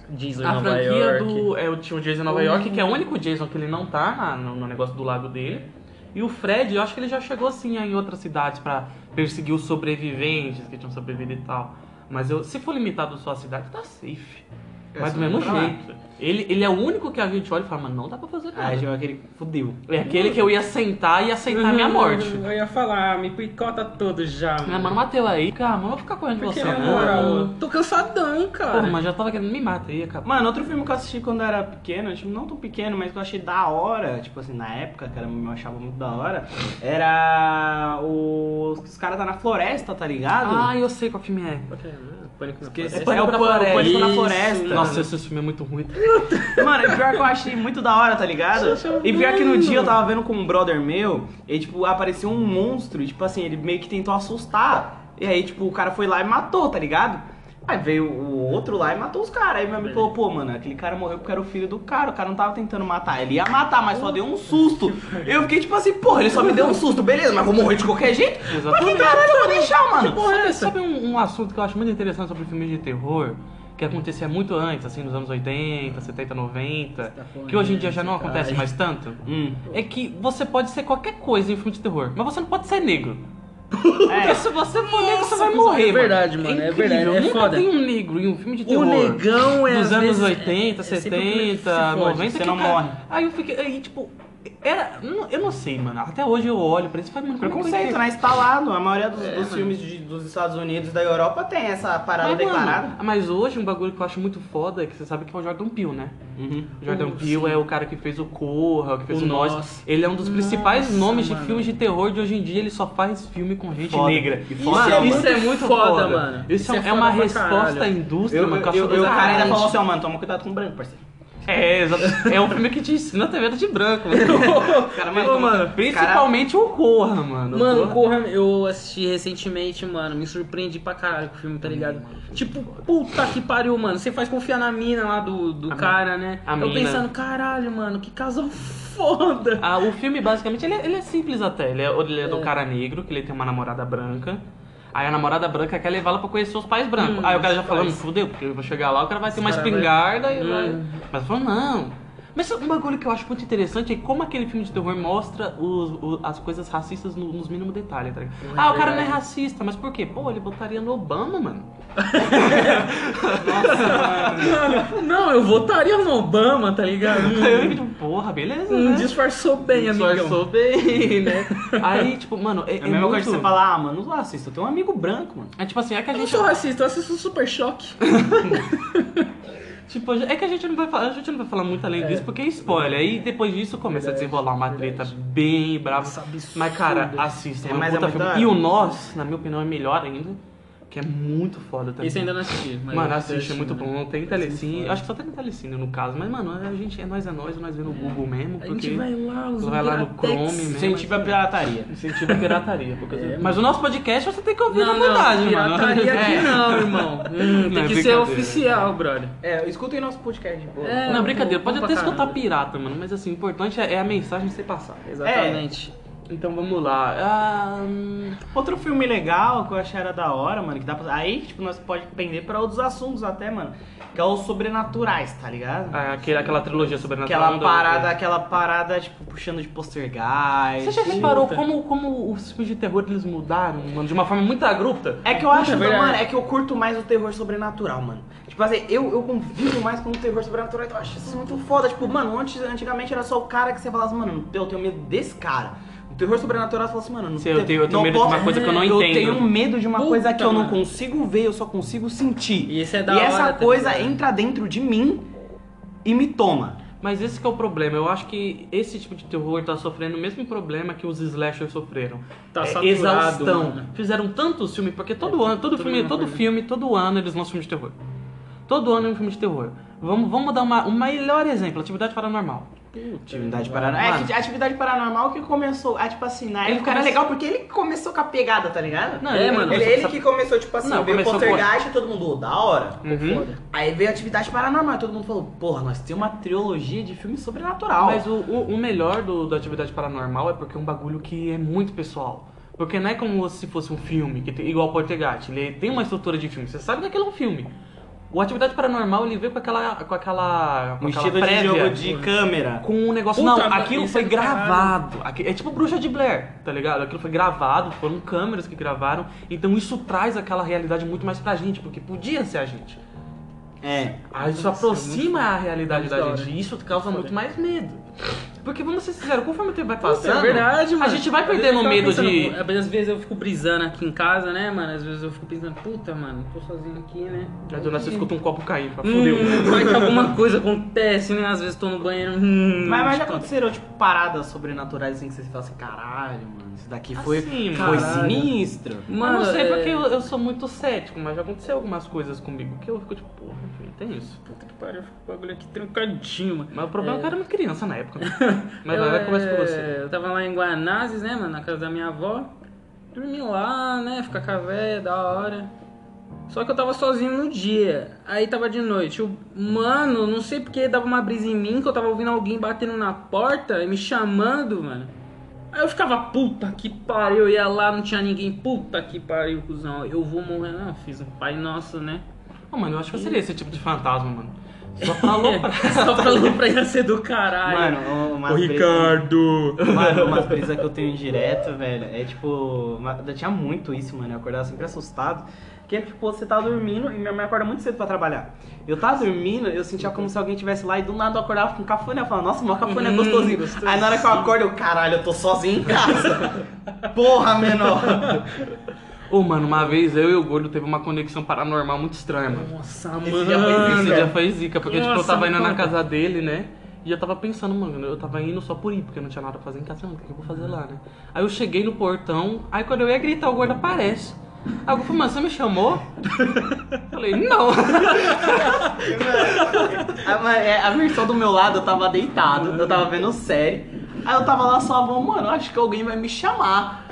[SPEAKER 3] Jason em
[SPEAKER 2] A
[SPEAKER 3] Nova
[SPEAKER 2] franquia
[SPEAKER 3] York.
[SPEAKER 2] do. É, o tio Jason em Nova
[SPEAKER 1] Uhum.
[SPEAKER 2] York, que é o único Jason que ele não tá na- no, no negócio do lago dele. E o Fred, eu acho que ele já chegou assim em outras cidades pra perseguir os sobreviventes que tinham sobrevivido e tal. Mas eu, se for limitado só à cidade, tá safe.
[SPEAKER 1] É,
[SPEAKER 2] Mas
[SPEAKER 1] só
[SPEAKER 2] do mesmo
[SPEAKER 1] pra lá.
[SPEAKER 2] jeito. Ele, ele é o único que a gente olha e fala, mano, não dá pra fazer
[SPEAKER 1] Aí
[SPEAKER 2] nada.
[SPEAKER 1] chegou aquele fudeu.
[SPEAKER 2] É aquele que eu ia sentar e ia aceitar a minha morte.
[SPEAKER 3] Uhum. Eu ia falar, me picota todo já.
[SPEAKER 2] Ah, mano, Mateu aí, cara, mano, eu vou ficar correndo de
[SPEAKER 3] Porque,
[SPEAKER 2] você,
[SPEAKER 3] na
[SPEAKER 2] não.
[SPEAKER 3] moral, tô cansadão, cara.
[SPEAKER 2] Porra, mas já tava querendo me matar aí, cara.
[SPEAKER 1] Mano, outro filme que eu assisti quando eu era pequeno, tipo, não tão pequeno, mas que eu achei da hora, tipo assim, na época, cara, eu achava muito da hora, era o... os caras tá na floresta, tá ligado?
[SPEAKER 2] Ah, eu sei qual filme é.
[SPEAKER 3] Ok, né? Pânico na
[SPEAKER 1] Esqueci.
[SPEAKER 3] Floresta.
[SPEAKER 1] É o Pânico na Floresta.
[SPEAKER 2] Nossa, esse filme é muito ruim.
[SPEAKER 1] Mano, e pior que eu achei muito da hora, tá ligado? E pior que no dia eu tava vendo com um brother meu, e tipo, apareceu um monstro, e tipo assim, ele meio que tentou assustar. E aí, tipo, o cara foi lá e matou, tá ligado? Aí veio o outro lá e matou os caras. Aí meu amigo falou, pô, mano, aquele cara morreu porque era o filho do cara. O cara não tava tentando matar. Ele ia matar, mas só deu um susto. Eu fiquei tipo assim, porra, ele só me deu um susto, beleza, mas vou morrer de qualquer jeito? Pra que
[SPEAKER 2] Exatamente.
[SPEAKER 1] caralho eu vou deixar, mano?
[SPEAKER 3] Tipo,
[SPEAKER 2] Sabe, sabe um, um assunto que eu acho muito interessante sobre filmes de terror? Que acontecia muito antes, assim, nos anos 80, 70, 90.
[SPEAKER 3] Tá falando
[SPEAKER 2] Que hoje em dia
[SPEAKER 3] isso,
[SPEAKER 2] já não
[SPEAKER 3] cara.
[SPEAKER 2] acontece mais tanto.
[SPEAKER 1] Hum.
[SPEAKER 2] É que você pode ser qualquer coisa em filme de terror, mas você não pode ser negro. Porque
[SPEAKER 1] É.
[SPEAKER 2] se você for negro, você vai
[SPEAKER 3] mas
[SPEAKER 2] morrer.
[SPEAKER 3] é verdade, mano, é
[SPEAKER 2] É,
[SPEAKER 3] verdade, é
[SPEAKER 2] incrível. Nunca
[SPEAKER 3] foda.
[SPEAKER 2] tem um negro em um filme de
[SPEAKER 3] O
[SPEAKER 2] terror.
[SPEAKER 3] negão é.
[SPEAKER 2] dos
[SPEAKER 3] às
[SPEAKER 2] anos
[SPEAKER 3] vezes,
[SPEAKER 2] 80,
[SPEAKER 3] é- é sempre o primeiro que se
[SPEAKER 2] 70,
[SPEAKER 3] fode.
[SPEAKER 2] 90,
[SPEAKER 1] você
[SPEAKER 2] que
[SPEAKER 1] não
[SPEAKER 2] cara-
[SPEAKER 1] morre.
[SPEAKER 2] Aí eu fiquei, aí, tipo, era, não- eu não sei, mano. Até hoje eu olho pra isso e falo, mano, como é que
[SPEAKER 1] Preconceito,
[SPEAKER 2] eu-
[SPEAKER 1] né? Instalado. A maioria dos, dos
[SPEAKER 3] mano.
[SPEAKER 1] filmes de- dos Estados Unidos e da Europa tem essa parada
[SPEAKER 2] Mas,
[SPEAKER 1] declarada.
[SPEAKER 2] mano, mas hoje um bagulho que eu acho muito foda é que você sabe que é o Jordan Peele, né?
[SPEAKER 1] Uhum.
[SPEAKER 2] O Jordan
[SPEAKER 3] Uh,
[SPEAKER 2] Peele é o cara que fez o Corra, o que fez
[SPEAKER 3] O
[SPEAKER 2] o, Nós.
[SPEAKER 3] Nós.
[SPEAKER 2] Ele é um dos principais
[SPEAKER 3] Nossa,
[SPEAKER 2] nomes
[SPEAKER 3] mano.
[SPEAKER 2] de filmes de terror de hoje em dia. Ele só faz filme com gente
[SPEAKER 1] Foda.
[SPEAKER 2] negra.
[SPEAKER 1] E
[SPEAKER 2] Isso,
[SPEAKER 1] foda,
[SPEAKER 2] é,
[SPEAKER 1] mano.
[SPEAKER 2] isso é muito foda, mano. Isso, é, uma
[SPEAKER 3] foda pra
[SPEAKER 2] resposta à
[SPEAKER 3] caralho.
[SPEAKER 2] indústria,
[SPEAKER 1] Eu, eu,
[SPEAKER 2] mano. que
[SPEAKER 1] eu,
[SPEAKER 2] acho do
[SPEAKER 1] o cara ainda
[SPEAKER 2] caralho.
[SPEAKER 1] falou assim, ó, mano, toma cuidado com o branco, parceiro.
[SPEAKER 2] É, exato. É um filme que te ensina a ter medo de branco, mano.
[SPEAKER 1] Cara,
[SPEAKER 2] Mas,
[SPEAKER 1] toma-
[SPEAKER 2] mano, principalmente o Corra, mano.
[SPEAKER 3] Mano,
[SPEAKER 2] o Corra.
[SPEAKER 3] Corra, eu assisti recentemente, mano. Me surpreendi pra caralho com o filme, tá ligado? Tipo, puta que pariu, mano. Você faz confiar na mina lá do, do
[SPEAKER 2] A
[SPEAKER 3] cara, né?
[SPEAKER 2] a
[SPEAKER 3] eu
[SPEAKER 2] mina.
[SPEAKER 3] pensando, caralho, mano, que casal foda.
[SPEAKER 2] Ah, o filme, basicamente, ele é, ele é simples até. Ele é, ele é do
[SPEAKER 3] É.
[SPEAKER 2] cara negro, que ele tem uma namorada branca. Aí a namorada branca quer levá-la pra conhecer os pais brancos.
[SPEAKER 3] Hum,
[SPEAKER 2] aí o cara já
[SPEAKER 3] os
[SPEAKER 2] falando,
[SPEAKER 3] pais.
[SPEAKER 2] fudeu, porque eu vou chegar lá, o cara vai ter uma
[SPEAKER 3] cara vai-
[SPEAKER 2] espingarda e
[SPEAKER 3] Hum.
[SPEAKER 2] vai... Mas eu falo, não. Mas um bagulho que eu acho muito interessante é como aquele filme de terror mostra os- o- as coisas racistas no- nos mínimos detalhes, tá ligado?
[SPEAKER 3] Hum,
[SPEAKER 2] ah, o cara
[SPEAKER 3] verdade.
[SPEAKER 2] não é racista, mas por quê? Pô, ele botaria no Obama, mano.
[SPEAKER 3] Mano, não, eu votaria no Obama, tá ligado?
[SPEAKER 2] Aí eu
[SPEAKER 3] Hum,
[SPEAKER 2] fico tipo, porra, beleza,
[SPEAKER 3] hum,
[SPEAKER 2] né?
[SPEAKER 3] disfarçou bem, amigão. Então
[SPEAKER 2] Disfarçou bem, né? Aí, tipo, mano, é,
[SPEAKER 1] É a mesma coisa
[SPEAKER 2] muito-
[SPEAKER 1] que você falar, ah, mano, não assista, eu tenho um amigo branco, mano.
[SPEAKER 2] É tipo assim, é que a
[SPEAKER 3] Eu não
[SPEAKER 2] gente.
[SPEAKER 3] sou racista, eu assisto Super Choque.
[SPEAKER 2] Tipo, é que a gente não vai falar, a gente não vai falar muito além disso, porque é spoiler. Aí depois disso começa a desenrolar uma treta bem brava.
[SPEAKER 3] Nossa, absurdo.
[SPEAKER 2] Mas, cara, assista.
[SPEAKER 1] É,
[SPEAKER 2] É um
[SPEAKER 1] mas é
[SPEAKER 2] puta
[SPEAKER 1] muito
[SPEAKER 2] filme.
[SPEAKER 1] da hora.
[SPEAKER 2] E o Nós, na minha opinião, é melhor ainda, que é muito foda também.
[SPEAKER 3] Esse ainda é não assisti. mas
[SPEAKER 2] Mano,
[SPEAKER 3] eu
[SPEAKER 2] assiste, é muito
[SPEAKER 3] mano.
[SPEAKER 2] bom. Tem telecine, acho que só tem telecine no caso, mas, mano, a gente é nós, é nós, nós vê no Google mesmo,
[SPEAKER 3] A
[SPEAKER 2] porque
[SPEAKER 3] gente vai lá, usa
[SPEAKER 2] vai
[SPEAKER 3] o
[SPEAKER 2] lá no
[SPEAKER 3] Piratex.
[SPEAKER 2] Chrome, né?
[SPEAKER 1] Incentiva a pirataria.
[SPEAKER 2] incentiva a pirataria. porque-
[SPEAKER 3] É,
[SPEAKER 2] mas o nosso podcast você tem que ouvir
[SPEAKER 3] Não,
[SPEAKER 2] na
[SPEAKER 3] não,
[SPEAKER 2] verdade, mano.
[SPEAKER 3] pirataria aqui
[SPEAKER 2] É.
[SPEAKER 3] não, irmão. Hum,
[SPEAKER 2] Não,
[SPEAKER 3] tem
[SPEAKER 2] é
[SPEAKER 3] que ser
[SPEAKER 2] brincadeira.
[SPEAKER 3] oficial, brother.
[SPEAKER 1] É, escutem nosso podcast de boa.
[SPEAKER 3] É.
[SPEAKER 2] Não, brincadeira,
[SPEAKER 3] Vamos
[SPEAKER 2] pode
[SPEAKER 3] pra
[SPEAKER 2] até escutar
[SPEAKER 3] caralho.
[SPEAKER 2] pirata, mano, mas assim, o importante é é a mensagem ser passada.
[SPEAKER 3] Exatamente.
[SPEAKER 2] Então vamos lá. Ah, hum,
[SPEAKER 1] É. Outro filme legal que eu achei era da hora, mano, que dá pra... Aí, tipo, nós pode pender pra outros assuntos até, mano, que é os sobrenaturais, tá ligado?
[SPEAKER 2] ah, aquele- aquela trilogia sobrenatural.
[SPEAKER 1] Aquela
[SPEAKER 2] não dá pra-
[SPEAKER 1] parada, aquela parada, tipo, puxando de postergais.
[SPEAKER 2] Você já reparou como, como os filmes de terror eles mudaram, mano, de uma forma muito abrupta?
[SPEAKER 1] É que eu acho,
[SPEAKER 3] É
[SPEAKER 1] que,
[SPEAKER 3] verdade.
[SPEAKER 1] mano, é que eu curto mais o terror sobrenatural, mano. Tipo assim, eu, eu convivo mais com o terror sobrenatural, então eu acho isso muito foda. Tipo, mano, antes, antigamente era só o cara que você falava assim, mano, eu tenho medo desse cara. O terror sobrenatural você fala assim, mano, não
[SPEAKER 2] Sim, eu tenho- eu tenho
[SPEAKER 1] não
[SPEAKER 2] medo de uma coisa que eu não
[SPEAKER 1] Eu
[SPEAKER 2] entendo.
[SPEAKER 1] tenho medo de uma
[SPEAKER 3] Puta,
[SPEAKER 1] coisa que eu não
[SPEAKER 3] mano.
[SPEAKER 1] consigo ver, eu só consigo sentir.
[SPEAKER 3] E esse é da
[SPEAKER 1] e
[SPEAKER 3] hora
[SPEAKER 1] essa
[SPEAKER 3] também,
[SPEAKER 1] coisa
[SPEAKER 3] né?
[SPEAKER 1] entra dentro de mim e me toma.
[SPEAKER 2] Mas esse que é o problema. Eu acho que esse tipo de terror tá sofrendo o mesmo problema que os slashers sofreram.
[SPEAKER 3] Tá
[SPEAKER 2] É,
[SPEAKER 3] saturado,
[SPEAKER 2] exaustão.
[SPEAKER 3] mano.
[SPEAKER 2] Fizeram tantos filmes, porque todo
[SPEAKER 3] É,
[SPEAKER 2] ano, todo
[SPEAKER 3] tudo
[SPEAKER 2] filme,
[SPEAKER 3] mesma
[SPEAKER 2] todo
[SPEAKER 3] coisa.
[SPEAKER 2] filme, todo ano eles lançam filme de terror. Todo ano é um filme de terror. Vamos, vamos dar uma, um melhor exemplo, atividade paranormal. Hum?
[SPEAKER 1] Atividade paranormal.
[SPEAKER 2] Mano.
[SPEAKER 1] É, que atividade paranormal que começou. Ah, tipo assim, na
[SPEAKER 2] Ele
[SPEAKER 1] época era
[SPEAKER 2] começou-
[SPEAKER 1] legal porque ele começou com a pegada, tá ligado?
[SPEAKER 2] Não,
[SPEAKER 3] É, mano,
[SPEAKER 1] Ele,
[SPEAKER 2] só-
[SPEAKER 1] ele
[SPEAKER 2] só-
[SPEAKER 1] que começou, tipo assim,
[SPEAKER 2] Não,
[SPEAKER 1] veio o
[SPEAKER 2] começou com-
[SPEAKER 1] Poltergeist e todo mundo, "Oh, da hora.
[SPEAKER 2] Uhum.
[SPEAKER 3] é Foda.
[SPEAKER 1] Aí veio Atividade Paranormal, e todo mundo falou, porra, nós temos uma trilogia de filme sobrenatural.
[SPEAKER 2] Mas o, o, o melhor do, da atividade paranormal é porque é um bagulho que é muito pessoal. Porque não é como se fosse um filme, que tem, igual o Portegate. Ele tem uma estrutura de filme, você sabe que aquilo é um filme. O Atividade Paranormal, ele veio com aquela. com aquela. com
[SPEAKER 1] um
[SPEAKER 2] aquela
[SPEAKER 1] estilo de
[SPEAKER 2] prévia,
[SPEAKER 1] jogo de câmera.
[SPEAKER 2] com um negócio.
[SPEAKER 3] Puta,
[SPEAKER 2] não,
[SPEAKER 3] mano,
[SPEAKER 2] aquilo
[SPEAKER 3] isso
[SPEAKER 2] foi
[SPEAKER 3] é do
[SPEAKER 2] gravado. Aqui- é tipo bruxa de Blair, tá ligado? Aquilo foi gravado, foram câmeras que gravaram. Então isso traz aquela realidade muito mais pra gente, porque podia ser a gente.
[SPEAKER 1] É.
[SPEAKER 2] Ah, isso
[SPEAKER 3] Nossa,
[SPEAKER 2] aproxima a realidade
[SPEAKER 3] É muito
[SPEAKER 2] da
[SPEAKER 3] da hora.
[SPEAKER 2] gente e isso causa
[SPEAKER 3] Foda.
[SPEAKER 2] muito mais medo. Porque vamos ser sinceros, conforme o tempo vai
[SPEAKER 3] Nossa,
[SPEAKER 2] passando,
[SPEAKER 3] é verdade, mano.
[SPEAKER 2] a gente vai
[SPEAKER 3] Às vezes
[SPEAKER 2] perdendo
[SPEAKER 3] eu
[SPEAKER 2] o
[SPEAKER 3] tava
[SPEAKER 2] medo
[SPEAKER 3] pensando,
[SPEAKER 2] de.
[SPEAKER 3] pô, Às vezes eu fico brisando aqui em casa, né, mano? Às vezes eu fico pensando, puta, mano, tô sozinho aqui, né?
[SPEAKER 2] A dona você escuta um copo cair, fala, fudeu.
[SPEAKER 3] Hum, vai que alguma coisa acontece, né? Às vezes tô no banheiro. Hum,
[SPEAKER 1] Mas, mas já
[SPEAKER 3] tipo,
[SPEAKER 1] aconteceram, tipo, paradas sobrenaturais assim que você fala assim, caralho, mano, isso daqui foi,
[SPEAKER 2] Assim,
[SPEAKER 1] foi
[SPEAKER 3] caralho.
[SPEAKER 1] sinistro.
[SPEAKER 2] eu não sei
[SPEAKER 3] é-
[SPEAKER 2] porque eu, eu sou muito cético, mas já aconteceu algumas coisas comigo que eu fico tipo, porra, filho, tem isso.
[SPEAKER 3] Puta que pariu, eu fico com o bagulho aqui trancadinho, mano.
[SPEAKER 2] Mas o problema é que eu era uma criança na época. né? Mas
[SPEAKER 3] eu,
[SPEAKER 2] vai, vai, começa com
[SPEAKER 3] é,
[SPEAKER 2] você.
[SPEAKER 3] Eu tava lá em Guanazes, né, mano, na casa da minha avó. dormir lá, né? Ficar com a véia, da hora. Só que eu tava sozinho no dia. Aí tava de noite. O mano, não sei porque dava uma brisa em mim que eu tava ouvindo alguém batendo na porta e me chamando, mano. Aí eu ficava, puta que pariu, eu ia lá, não tinha ninguém, puta que pariu, cuzão, eu vou morrer. Não, fiz um pai nosso, né?
[SPEAKER 2] Não, mano, eu acho que eu seria esse tipo de fantasma, mano. Só tá pra aloprar.
[SPEAKER 3] É, Só falou pra ia ser do caralho.
[SPEAKER 1] Mano, umas
[SPEAKER 2] Ô,
[SPEAKER 1] brisas-
[SPEAKER 2] Ricardo!
[SPEAKER 1] Mano, umas brisas que eu tenho direto, velho. É tipo. ma- Eu tinha muito isso, mano. Eu acordava sempre assustado. Que é tipo, você tá dormindo e minha mãe acorda muito cedo pra trabalhar. Eu tava dormindo, eu sentia como se alguém tivesse lá e do nada eu acordava com cafuné. Eu falava, nossa, mó cafuné
[SPEAKER 3] Hum,
[SPEAKER 1] gostosinho.
[SPEAKER 3] gostosinho.
[SPEAKER 1] Aí na hora que eu acordo, eu, caralho, eu tô sozinho em casa. Porra, menor.
[SPEAKER 2] Ô, mano, uma vez eu e o Gordo teve uma conexão paranormal muito estranha, mano.
[SPEAKER 3] Nossa,
[SPEAKER 1] Esse
[SPEAKER 2] Esse
[SPEAKER 1] dia foi zica.
[SPEAKER 3] mano.
[SPEAKER 2] dia foi zica, porque tipo, eu
[SPEAKER 3] Ah, Nossa,
[SPEAKER 2] tava indo na
[SPEAKER 3] mano.
[SPEAKER 2] casa dele, né? E eu tava pensando, mano, eu tava indo só por ir, porque não tinha nada pra fazer em casa, mano, o que que eu vou fazer lá, né? Aí eu cheguei no portão, aí quando eu ia gritar, o gordo aparece. Aí eu falei, mano, você me chamou? falei, não.
[SPEAKER 1] A, ma- é, a versão do meu lado, eu tava deitado, eu tava vendo série. Aí eu tava lá só, bom, mano, acho que alguém vai me chamar.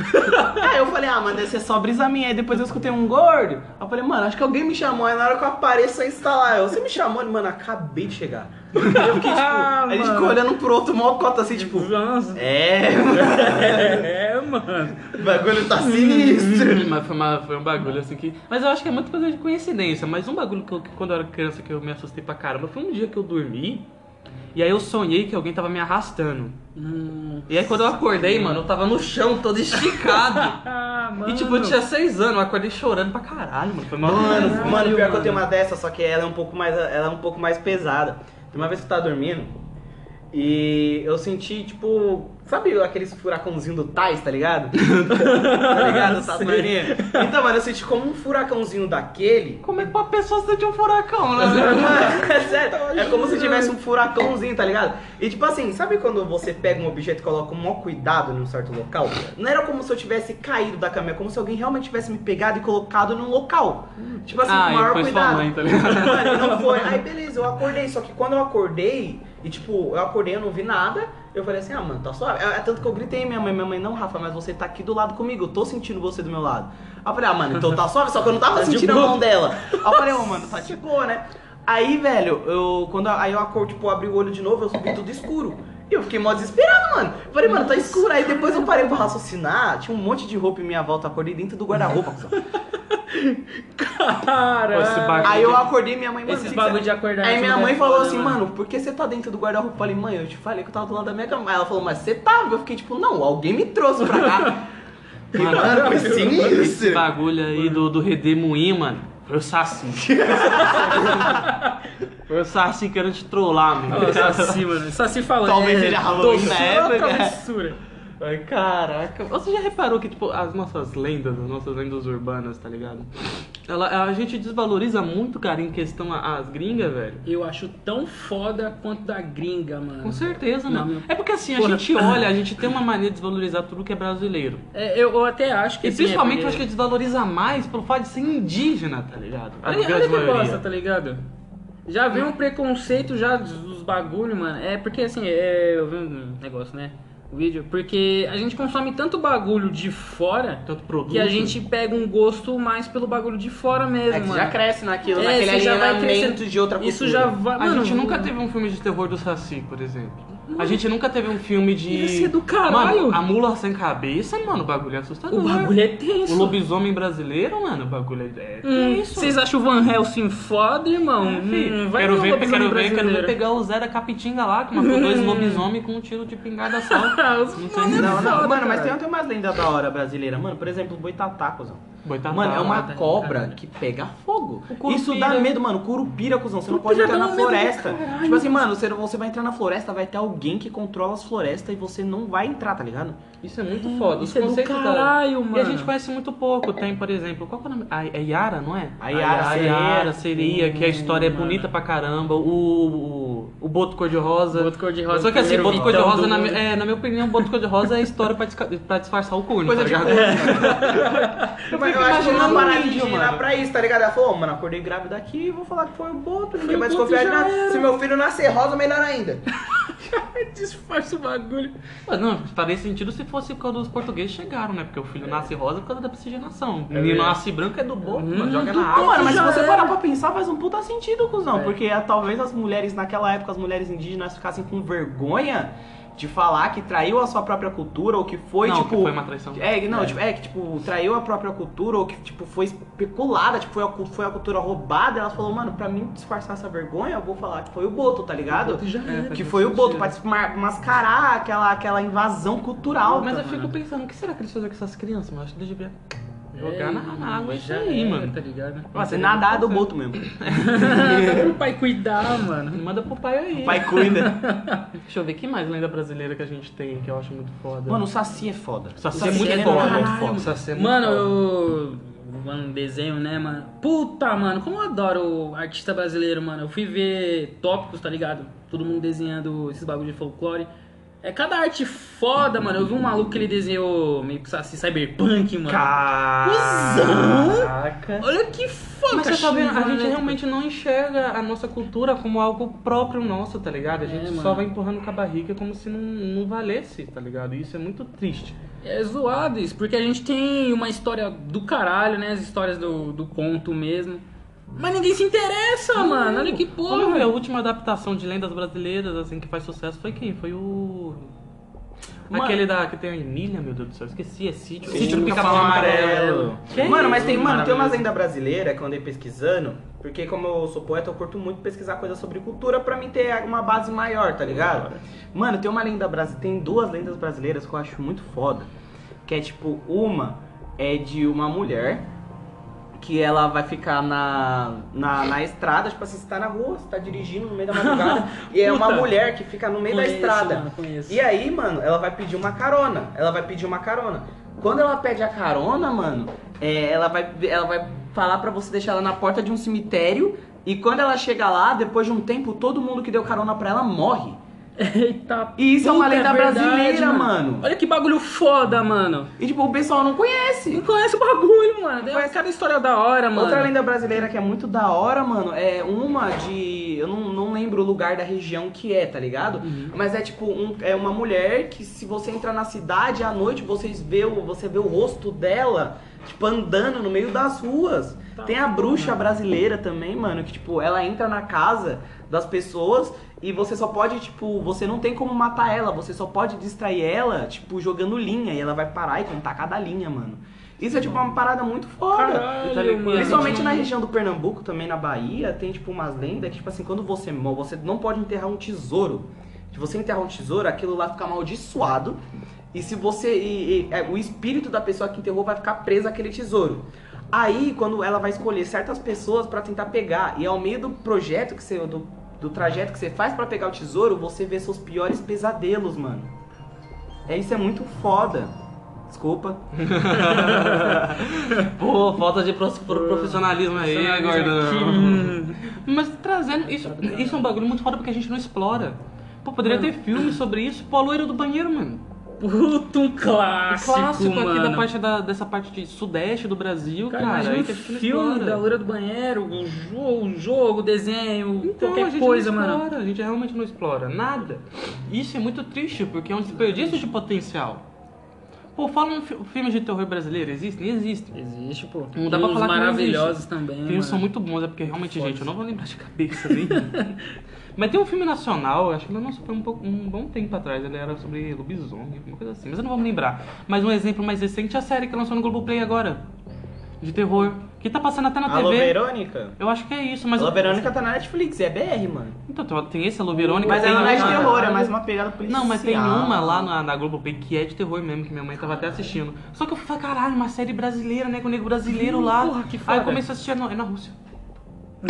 [SPEAKER 1] aí eu falei, ah, mano, deve ser só brisa minha. Aí depois eu escutei um gordo. Aí eu falei, mano, acho que alguém me chamou. Aí na hora que eu apareço, aí está lá. Eu, você me chamou? Ele, mano, acabei de chegar. Aí eu fiquei, tipo,
[SPEAKER 3] Ah,
[SPEAKER 1] a gente
[SPEAKER 3] mano.
[SPEAKER 1] ficou olhando pro outro, mó cota assim, tipo,
[SPEAKER 3] Nossa.
[SPEAKER 1] é, mano,
[SPEAKER 3] É, mano.
[SPEAKER 1] o bagulho tá sinistro.
[SPEAKER 2] mas foi, uma- foi um bagulho assim que. Mas eu acho que é muita coisa de coincidência. Mas um bagulho que, eu- que quando eu era criança que eu me assustei pra caramba foi um dia que eu dormi e aí eu sonhei que alguém tava me arrastando.
[SPEAKER 3] Hum.
[SPEAKER 2] E aí quando eu acordei, mano, eu tava no chão todo esticado.
[SPEAKER 3] Ah, mano.
[SPEAKER 2] e tipo, eu tinha seis anos, eu acordei chorando pra caralho, mano. Foi mal.
[SPEAKER 1] Mano, mano, pior que eu
[SPEAKER 3] mano.
[SPEAKER 1] tenho uma dessa, só que ela é um pouco mais, ela é um pouco mais pesada. Tem uma vez que eu tava dormindo e eu senti, tipo, sabe aqueles furacãozinho do Tais, tá ligado? tá ligado, tá dormindo? Então, mano, eu senti como um furacãozinho daquele.
[SPEAKER 2] Como é que uma pessoa sente um furacão, né?
[SPEAKER 1] Mano, é
[SPEAKER 2] Tá
[SPEAKER 1] sério, é como se tivesse um furacãozinho, tá ligado? E tipo assim, sabe quando você pega um objeto e coloca um maior cuidado num certo local? Não era como se eu tivesse caído da cama, é como se alguém realmente tivesse me pegado e colocado num local. Tipo assim,
[SPEAKER 2] Ah,
[SPEAKER 1] com
[SPEAKER 2] e
[SPEAKER 1] o maior
[SPEAKER 2] foi sua
[SPEAKER 1] cuidado.
[SPEAKER 2] mãe, tá ligado?
[SPEAKER 1] Mano, não foi. Aí beleza, eu acordei, só que quando eu acordei, e tipo, eu acordei, eu não vi nada, eu falei assim, ah, mano, tá suave. É é tanto que eu gritei minha mãe, minha mãe, não, Rafa, mas você tá aqui do lado comigo, eu tô sentindo você do meu lado. Aí eu falei, ah, mano, então tá suave, só que eu não tava
[SPEAKER 3] Tá de
[SPEAKER 1] sentindo a
[SPEAKER 3] boa.
[SPEAKER 1] mão dela. Aí eu falei, ô, mano, tá de boa, né? Aí, velho, eu quando aí eu acordo, tipo, abri o olho de novo, eu subi tudo escuro. E eu fiquei mó desesperado, mano. Eu Falei, mano, tá escuro. Aí depois eu parei pra raciocinar, tinha um monte de roupa em minha volta, eu acordei dentro do guarda-roupa. cuzão.
[SPEAKER 3] Caralho.
[SPEAKER 2] Esse bagulho-
[SPEAKER 1] Aí eu acordei minha mãe, mano,
[SPEAKER 3] Esses
[SPEAKER 1] o que que
[SPEAKER 3] bagulho
[SPEAKER 1] você-
[SPEAKER 3] de acordar
[SPEAKER 1] Aí
[SPEAKER 3] antes
[SPEAKER 1] minha
[SPEAKER 3] não
[SPEAKER 1] mãe
[SPEAKER 3] é
[SPEAKER 1] falou
[SPEAKER 3] foda,
[SPEAKER 1] assim,
[SPEAKER 3] mano.
[SPEAKER 1] mano, por que você tá dentro do guarda-roupa? Eu falei, mãe, eu te falei que eu tava do lado da minha cama. Aí ela falou, mas você tava? Eu fiquei tipo, não, alguém me trouxe pra cá. E, mano, foi
[SPEAKER 2] Esse
[SPEAKER 1] sinistro.
[SPEAKER 2] bagulho aí do, do Redemoinho, mano. Foi o Saci. foi o Saci querendo te trollar, mano.
[SPEAKER 3] Nossa, Saci, mano. Saci falando.
[SPEAKER 1] Talvez
[SPEAKER 3] é,
[SPEAKER 1] ele ralou
[SPEAKER 3] doçura
[SPEAKER 1] na época.
[SPEAKER 3] ou travessura?
[SPEAKER 2] Ai, caraca. Você já reparou que, tipo, as nossas lendas, as nossas lendas urbanas, tá ligado? Ela, a gente desvaloriza muito, cara, em questão a- as gringas, velho.
[SPEAKER 3] Eu acho tão foda quanto da gringa, mano.
[SPEAKER 2] Com certeza,
[SPEAKER 3] Não,
[SPEAKER 2] mano.
[SPEAKER 3] meu-
[SPEAKER 2] É porque assim, a
[SPEAKER 3] Porra.
[SPEAKER 2] gente olha, a gente tem uma mania de desvalorizar tudo que é brasileiro.
[SPEAKER 3] É, eu, eu até acho que.
[SPEAKER 2] E
[SPEAKER 3] assim, é
[SPEAKER 2] principalmente
[SPEAKER 3] porque-
[SPEAKER 2] eu acho que desvaloriza mais pelo fato de ser indígena, tá ligado? A
[SPEAKER 3] Olha,
[SPEAKER 2] grande
[SPEAKER 3] olha que bosta,
[SPEAKER 2] maioria.
[SPEAKER 3] tá ligado? Já vem um preconceito já dos- dos bagulho, mano. É porque assim, é, eu vi um negócio, né? O vídeo. Porque a gente consome tanto bagulho de fora
[SPEAKER 2] Tanto produto.
[SPEAKER 3] que a gente pega um gosto mais pelo bagulho de fora mesmo,
[SPEAKER 1] É que
[SPEAKER 3] mano.
[SPEAKER 1] já cresce naquilo,
[SPEAKER 3] É,
[SPEAKER 1] naquele
[SPEAKER 3] você já vai
[SPEAKER 1] alinhamento
[SPEAKER 3] crescendo.
[SPEAKER 1] de outra cultura.
[SPEAKER 3] Isso já vai.
[SPEAKER 2] A
[SPEAKER 3] mano,
[SPEAKER 2] gente nunca teve um filme de terror do Saci, por exemplo. A gente nunca teve um filme de.
[SPEAKER 3] Ia ser do caralho.
[SPEAKER 2] Mano, a mula sem cabeça, mano, o bagulho é assustador.
[SPEAKER 3] O bagulho é
[SPEAKER 2] O
[SPEAKER 3] tenso.
[SPEAKER 2] lobisomem brasileiro, mano, o bagulho é. é
[SPEAKER 3] Hum,
[SPEAKER 2] isso.
[SPEAKER 3] Vocês acham o Van Helsing foda, irmão?
[SPEAKER 2] Hum,
[SPEAKER 3] Hum, vai
[SPEAKER 2] quero
[SPEAKER 3] ver o
[SPEAKER 2] ver,
[SPEAKER 3] lobisomem
[SPEAKER 2] quero ver, quero ver
[SPEAKER 3] brasileiro. Hum.
[SPEAKER 2] pegar o Zé da Capitinga lá, que matou dois lobisomens com um tiro de pingada só. Não
[SPEAKER 3] Os mano
[SPEAKER 2] tem
[SPEAKER 3] é
[SPEAKER 2] nada.
[SPEAKER 1] Não, não,
[SPEAKER 3] foda,
[SPEAKER 1] mano, mas
[SPEAKER 3] cara.
[SPEAKER 1] tem, tem umas lendas da hora brasileira. Mano, por exemplo, o boitatá, cuzão.
[SPEAKER 2] Boitatá,
[SPEAKER 1] mano, é uma
[SPEAKER 2] mata,
[SPEAKER 1] cobra
[SPEAKER 2] caralho.
[SPEAKER 1] que pega fogo.
[SPEAKER 2] curupira.
[SPEAKER 1] Isso dá medo, mano. Curupira, cuzão. Você não pode
[SPEAKER 3] Curupira
[SPEAKER 1] entrar
[SPEAKER 3] dá
[SPEAKER 1] na
[SPEAKER 3] um medo do
[SPEAKER 1] floresta.
[SPEAKER 3] caralho.
[SPEAKER 1] Tipo assim, mano, você, você vai entrar na floresta, vai ter alguém que controla as florestas e você não vai entrar, tá ligado?
[SPEAKER 2] Isso é muito foda. Os
[SPEAKER 3] Isso é do
[SPEAKER 2] conceitos da-
[SPEAKER 3] caralho, mano.
[SPEAKER 2] E a gente conhece muito pouco. Tem, por exemplo, qual que é o nome? A, é Yara, não é?
[SPEAKER 1] A Yara
[SPEAKER 2] a
[SPEAKER 1] Sereia.
[SPEAKER 2] Yara seria, que a história é
[SPEAKER 3] Hum,
[SPEAKER 2] bonita pra caramba. O, o, o Boto Cor-de-Rosa.
[SPEAKER 3] Boto Cor-de-Rosa,
[SPEAKER 2] Só que assim,
[SPEAKER 3] primeiro
[SPEAKER 2] Boto
[SPEAKER 3] vilão
[SPEAKER 2] Cor-de-Rosa,
[SPEAKER 3] do
[SPEAKER 2] na, mi-
[SPEAKER 3] mundo.
[SPEAKER 2] é, na minha opinião, Boto Cor-de-Rosa é história pra, disca- pra disfarçar o corno,
[SPEAKER 3] é,
[SPEAKER 1] Coisa
[SPEAKER 2] tá
[SPEAKER 1] de
[SPEAKER 3] tipo,
[SPEAKER 2] ligado? fico
[SPEAKER 1] Eu, acho que é uma
[SPEAKER 2] imaginando
[SPEAKER 1] parada
[SPEAKER 2] um índio,
[SPEAKER 1] indígena
[SPEAKER 2] mano.
[SPEAKER 1] pra isso, tá ligado? Ela falou, ó, mano, acordei
[SPEAKER 2] um
[SPEAKER 1] grávida aqui e vou falar que foi o boto, ninguém
[SPEAKER 3] o
[SPEAKER 1] vai
[SPEAKER 3] boto
[SPEAKER 1] desconfiar de
[SPEAKER 3] já
[SPEAKER 1] nada.
[SPEAKER 3] era.
[SPEAKER 1] Se meu filho nascer rosa, melhor ainda.
[SPEAKER 3] Disfarça o bagulho.
[SPEAKER 2] Mas não, faria sentido se fosse quando os portugueses chegaram, né? Porque o filho nasce rosa por causa da oxigenação. O menino
[SPEAKER 3] É. verdade.
[SPEAKER 2] nasce branco é do boco,
[SPEAKER 3] Hum,
[SPEAKER 2] mano, joga
[SPEAKER 3] do
[SPEAKER 2] na
[SPEAKER 3] boco.
[SPEAKER 2] água.
[SPEAKER 1] Não, mano, mas se
[SPEAKER 3] já
[SPEAKER 1] você
[SPEAKER 3] era.
[SPEAKER 1] parar pra pensar, faz um puta sentido, cuzão.
[SPEAKER 3] É.
[SPEAKER 1] Porque ah, talvez as mulheres, naquela época, as mulheres indígenas ficassem com vergonha de falar que traiu a sua própria cultura, ou que foi,
[SPEAKER 2] não,
[SPEAKER 1] tipo.
[SPEAKER 2] que foi uma traição.
[SPEAKER 1] É, não, tipo, é que, tipo, traiu a própria cultura, ou que, tipo, foi especulada, tipo, foi a, cu- foi a cultura roubada. Elas falaram, mano, pra mim disfarçar essa vergonha, eu vou falar que foi o Boto, tá ligado?
[SPEAKER 3] Já era.
[SPEAKER 1] Que foi o Boto, pra desma- mascarar aquela, aquela invasão cultural. tá
[SPEAKER 2] Mas eu
[SPEAKER 1] mano.
[SPEAKER 2] fico pensando, o que será que eles fazem com essas crianças? Mas eu acho que devia jogar
[SPEAKER 3] É,
[SPEAKER 2] na, na água isso
[SPEAKER 3] já
[SPEAKER 2] aí,
[SPEAKER 3] era,
[SPEAKER 2] mano.
[SPEAKER 3] Tá ligado?
[SPEAKER 1] Nossa, nadar é do Boto mesmo.
[SPEAKER 3] Tá pro pai cuidar, mano.
[SPEAKER 2] Manda pro pai aí.
[SPEAKER 1] Pai cuida.
[SPEAKER 2] Deixa eu ver, que mais lenda brasileira que a gente tem que eu acho muito foda?
[SPEAKER 1] Mano, o Saci é foda.
[SPEAKER 2] Saci
[SPEAKER 1] O
[SPEAKER 2] é muito
[SPEAKER 1] ele
[SPEAKER 2] foda.
[SPEAKER 1] muito
[SPEAKER 2] Caralho,
[SPEAKER 1] foda.
[SPEAKER 2] mano. Saci é muito
[SPEAKER 3] Mano,
[SPEAKER 2] foda.
[SPEAKER 3] eu. Mano, desenho, né, mano? Puta, mano, como eu adoro artista brasileiro, mano. Eu fui ver tópicos, tá ligado? Todo mundo desenhando esses bagulho de folclore. É cada arte foda, mano. Eu vi um maluco que ele desenhou meio que assim, cyberpunk, mano.
[SPEAKER 1] Ah.
[SPEAKER 2] Caraca.
[SPEAKER 3] Olha que foda,
[SPEAKER 2] Mas você tá
[SPEAKER 3] cachimbo,
[SPEAKER 2] vendo, a
[SPEAKER 3] né,
[SPEAKER 2] gente
[SPEAKER 3] tipo,
[SPEAKER 2] realmente não enxerga a nossa cultura como algo próprio nosso, tá ligado? A gente
[SPEAKER 3] É,
[SPEAKER 2] só
[SPEAKER 3] mano.
[SPEAKER 2] vai empurrando com a barriga como se não, não valesse, tá ligado? E isso é muito triste.
[SPEAKER 3] É zoado isso, porque a gente tem uma história do caralho, né? As histórias do, do conto mesmo. Mas ninguém se interessa, mano. Olha que
[SPEAKER 2] Vamos ver, a
[SPEAKER 3] porra.
[SPEAKER 2] última adaptação de lendas brasileiras, assim, que faz sucesso foi quem? Foi o.
[SPEAKER 1] Mano.
[SPEAKER 2] Aquele da que tem a Emília, meu Deus do céu, esqueci, é sítio.
[SPEAKER 1] Sítio do
[SPEAKER 2] Pica-Pau
[SPEAKER 1] Pica-Pau Amarelo.
[SPEAKER 2] Que
[SPEAKER 1] mano, mas
[SPEAKER 2] isso,
[SPEAKER 1] tem, mano, tem umas
[SPEAKER 2] maravilhoso.
[SPEAKER 1] lendas brasileiras que eu andei pesquisando, porque como eu sou poeta, eu curto muito pesquisar coisas sobre cultura pra mim ter uma base maior, tá ligado? Mano, tem uma lenda brasileira, tem duas lendas brasileiras que eu acho muito foda, que é tipo, uma é de uma mulher que ela vai ficar na, na, na estrada, tipo assim, você tá na rua, você tá dirigindo no meio da madrugada, e é uma
[SPEAKER 3] Puta.
[SPEAKER 1] mulher que fica no meio da
[SPEAKER 3] Conheço,
[SPEAKER 1] estrada.
[SPEAKER 3] mano, conheço.
[SPEAKER 1] E aí, mano, ela vai pedir uma carona. Ela vai pedir uma carona. Quando ela pede a carona, mano, é, ela, vai, ela vai falar pra você deixar ela na porta de um cemitério. E quando ela chega lá, depois de um tempo, todo mundo que deu carona pra ela morre.
[SPEAKER 3] Eita
[SPEAKER 1] E isso é uma
[SPEAKER 3] puta,
[SPEAKER 1] lenda
[SPEAKER 3] verdade,
[SPEAKER 1] brasileira, mano.
[SPEAKER 3] Olha que bagulho foda, mano.
[SPEAKER 1] E tipo, o pessoal não
[SPEAKER 3] Não
[SPEAKER 1] conhece.
[SPEAKER 3] conhece o bagulho, mano. Deve
[SPEAKER 1] Mas-
[SPEAKER 3] cada história da hora, mano.
[SPEAKER 1] Outra lenda brasileira que é muito da hora, mano, é uma de. Eu não, não lembro o lugar da região que é, tá ligado?
[SPEAKER 3] Uhum.
[SPEAKER 1] Mas é tipo, um- é uma mulher que se você entrar na cidade à noite, vocês vê o, você vê o rosto dela, tipo, andando no meio das ruas.
[SPEAKER 3] Tá
[SPEAKER 1] Tem a
[SPEAKER 3] bom,
[SPEAKER 1] bruxa brasileira também, mano, que, tipo, ela entra na casa das pessoas e você só pode, tipo, você não tem como matar ela, você só pode distrair ela, tipo, jogando linha. E ela vai parar e contar cada linha, mano. Isso é, tipo, uma parada muito foda.
[SPEAKER 3] Caralho,
[SPEAKER 2] Tá ligado?
[SPEAKER 3] mano.
[SPEAKER 1] Principalmente na região do Pernambuco, também na Bahia, tem tipo umas lendas que, tipo assim, quando você morre, você não pode enterrar um tesouro. Se você enterrar um tesouro, aquilo lá fica amaldiçoado. E se você. e- e- é, o espírito da pessoa que enterrou vai ficar preso àquele tesouro. Aí, quando ela vai escolher certas pessoas pra tentar pegar, e ao meio do projeto que você. Do, do trajeto que você faz pra pegar o tesouro, você vê seus piores pesadelos, mano. É isso é muito foda. Desculpa.
[SPEAKER 2] Pô, falta de pros- pro- profissionalismo aí,
[SPEAKER 3] Profissionalismo
[SPEAKER 2] gordão. Mas trazendo. Isso, isso é um bagulho muito foda porque a gente não explora. Pô, poderia ter filme sobre isso, pô, a loira do banheiro, mano.
[SPEAKER 3] Puta, um
[SPEAKER 2] Um
[SPEAKER 3] clássico,
[SPEAKER 2] clássico
[SPEAKER 3] mano.
[SPEAKER 2] aqui da parte da- dessa parte de sudeste do Brasil,
[SPEAKER 3] Cara,
[SPEAKER 2] cara. é
[SPEAKER 3] imagina
[SPEAKER 2] aí
[SPEAKER 3] um
[SPEAKER 2] que a gente não
[SPEAKER 3] filme
[SPEAKER 2] explora.
[SPEAKER 3] da loira do banheiro, um jogo, um jogo desenho,
[SPEAKER 2] Então, a
[SPEAKER 3] qualquer
[SPEAKER 2] gente
[SPEAKER 3] coisa,
[SPEAKER 2] não
[SPEAKER 3] mano.
[SPEAKER 2] explora, A gente realmente não explora nada. Isso é muito triste, porque é um desperdício de potencial. Pô, fala um fi- filme de terror brasileiro, existem? Existem.
[SPEAKER 3] Existe, pô.
[SPEAKER 2] Não dá pra
[SPEAKER 3] Uns
[SPEAKER 2] falar que não
[SPEAKER 3] maravilhosos
[SPEAKER 2] existe.
[SPEAKER 3] também.
[SPEAKER 2] Filmes
[SPEAKER 3] mano.
[SPEAKER 2] são muito bons, é porque realmente,
[SPEAKER 3] Foda.
[SPEAKER 2] gente, eu não vou lembrar de cabeça nem. Mas tem um filme nacional, eu acho que ele lançou foi um, pouco- um bom tempo atrás, ele era sobre lobisomem, alguma coisa assim, mas eu não vou me lembrar. Mas um exemplo mais recente é a série que lançou no Globoplay agora, de terror, que tá passando até na
[SPEAKER 1] Alô,
[SPEAKER 2] TV.
[SPEAKER 1] Verônica?
[SPEAKER 2] Eu acho que é isso, mas.
[SPEAKER 1] Alô, Verônica tá na Netflix, é BR, mano.
[SPEAKER 2] Então, tem- tem esse, Alô Verônica,
[SPEAKER 1] Mas
[SPEAKER 2] tem
[SPEAKER 1] ela não é de
[SPEAKER 2] outra-
[SPEAKER 1] terror, é mais uma pegada policial. Ah,
[SPEAKER 2] Não, mas tem uma lá na, na Globoplay que é de terror mesmo, que minha mãe tava até assistindo. Só que eu falei, caralho, uma série brasileira, né? Com o nego brasileiro lá.
[SPEAKER 3] Porra, que
[SPEAKER 2] Aí
[SPEAKER 3] foda.
[SPEAKER 2] eu comecei a assistir na, é na Rússia.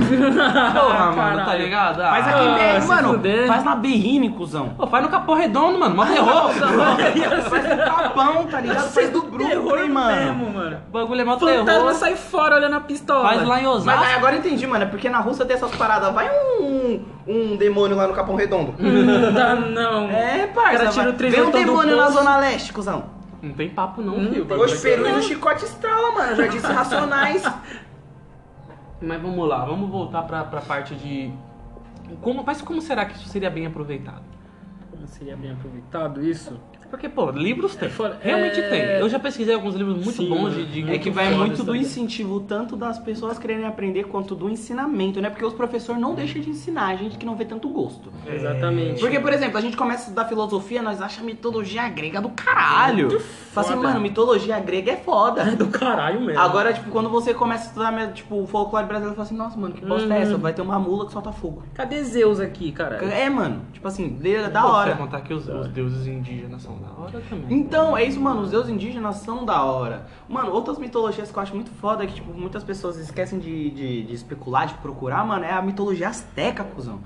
[SPEAKER 2] Porra, mano, tá
[SPEAKER 3] Caralho.
[SPEAKER 2] ligado? Ah,
[SPEAKER 1] Faz aqui
[SPEAKER 3] Ah,
[SPEAKER 1] mesmo,
[SPEAKER 3] se
[SPEAKER 1] mano.
[SPEAKER 3] fuder.
[SPEAKER 1] Faz na berrine, cuzão.
[SPEAKER 2] Pô, faz no capô redondo, mano. Mó terror.
[SPEAKER 3] Tá
[SPEAKER 1] Faz no capão, tá ligado? Faz do Brooklyn, mano.
[SPEAKER 3] mesmo, mano.
[SPEAKER 2] O bagulho é mó
[SPEAKER 3] Fantasma
[SPEAKER 2] terror.
[SPEAKER 3] sai fora olhando a pistola.
[SPEAKER 2] Faz lá em
[SPEAKER 1] Mas aí,
[SPEAKER 2] Osasco.
[SPEAKER 1] agora eu entendi, mano. É porque na Rússia tem essas paradas. Vai um, um demônio lá no Capão Redondo.
[SPEAKER 3] Não dá não.
[SPEAKER 1] É,
[SPEAKER 3] O
[SPEAKER 1] parça.
[SPEAKER 3] Hum. cara tira o
[SPEAKER 1] vai-
[SPEAKER 3] três
[SPEAKER 1] Vem um
[SPEAKER 3] botões do
[SPEAKER 1] demônio na
[SPEAKER 3] bolso.
[SPEAKER 1] Zona Leste, cuzão.
[SPEAKER 2] Não tem papo não,
[SPEAKER 3] Hum,
[SPEAKER 2] filho. O bagulho
[SPEAKER 1] Hoje
[SPEAKER 2] é
[SPEAKER 1] peru
[SPEAKER 2] terror.
[SPEAKER 1] e um chicote estrala, mano. Já disse Racionais.
[SPEAKER 2] Mas vamos lá, vamos voltar pra, pra parte de... Como, mas como será que isso seria bem aproveitado?
[SPEAKER 3] não seria bem aproveitado isso?
[SPEAKER 2] Porque, pô, livros tem.
[SPEAKER 3] É, fora-
[SPEAKER 2] Realmente
[SPEAKER 3] é-
[SPEAKER 2] tem. Eu já pesquisei alguns livros muito
[SPEAKER 3] Sim,
[SPEAKER 2] bons de,
[SPEAKER 3] mano.
[SPEAKER 2] de-
[SPEAKER 1] É que
[SPEAKER 3] Muito
[SPEAKER 1] vai
[SPEAKER 3] foda
[SPEAKER 1] muito
[SPEAKER 3] isso
[SPEAKER 1] do
[SPEAKER 3] também.
[SPEAKER 1] incentivo, tanto das pessoas quererem aprender quanto do ensinamento, né? Porque os professores não deixam de ensinar a gente que não vê tanto gosto.
[SPEAKER 2] É.
[SPEAKER 3] Exatamente.
[SPEAKER 1] Porque, por exemplo, a gente começa a estudar filosofia, nós achamos a mitologia grega do caralho. Fala
[SPEAKER 3] foda.
[SPEAKER 1] assim,
[SPEAKER 3] É.
[SPEAKER 1] mano, mitologia grega é foda.
[SPEAKER 3] do caralho mesmo.
[SPEAKER 1] Agora, tipo, quando você começa a estudar, mesmo, tipo, o folclore brasileiro, fala assim, nossa, mano, que bosta é essa? Vai ter uma mula que solta fogo.
[SPEAKER 3] cadê Zeus aqui, cara?
[SPEAKER 1] É, mano, tipo assim, é da
[SPEAKER 2] Pô, se
[SPEAKER 1] hora.
[SPEAKER 2] eu contar que os, os deuses indígenas são da hora também.
[SPEAKER 1] Então, é isso, mano. Os deuses indígenas são da hora. Mano, outras mitologias que eu acho muito foda, que, tipo, muitas pessoas esquecem de, de, de especular, de procurar, mano, é a mitologia azteca, cuzão.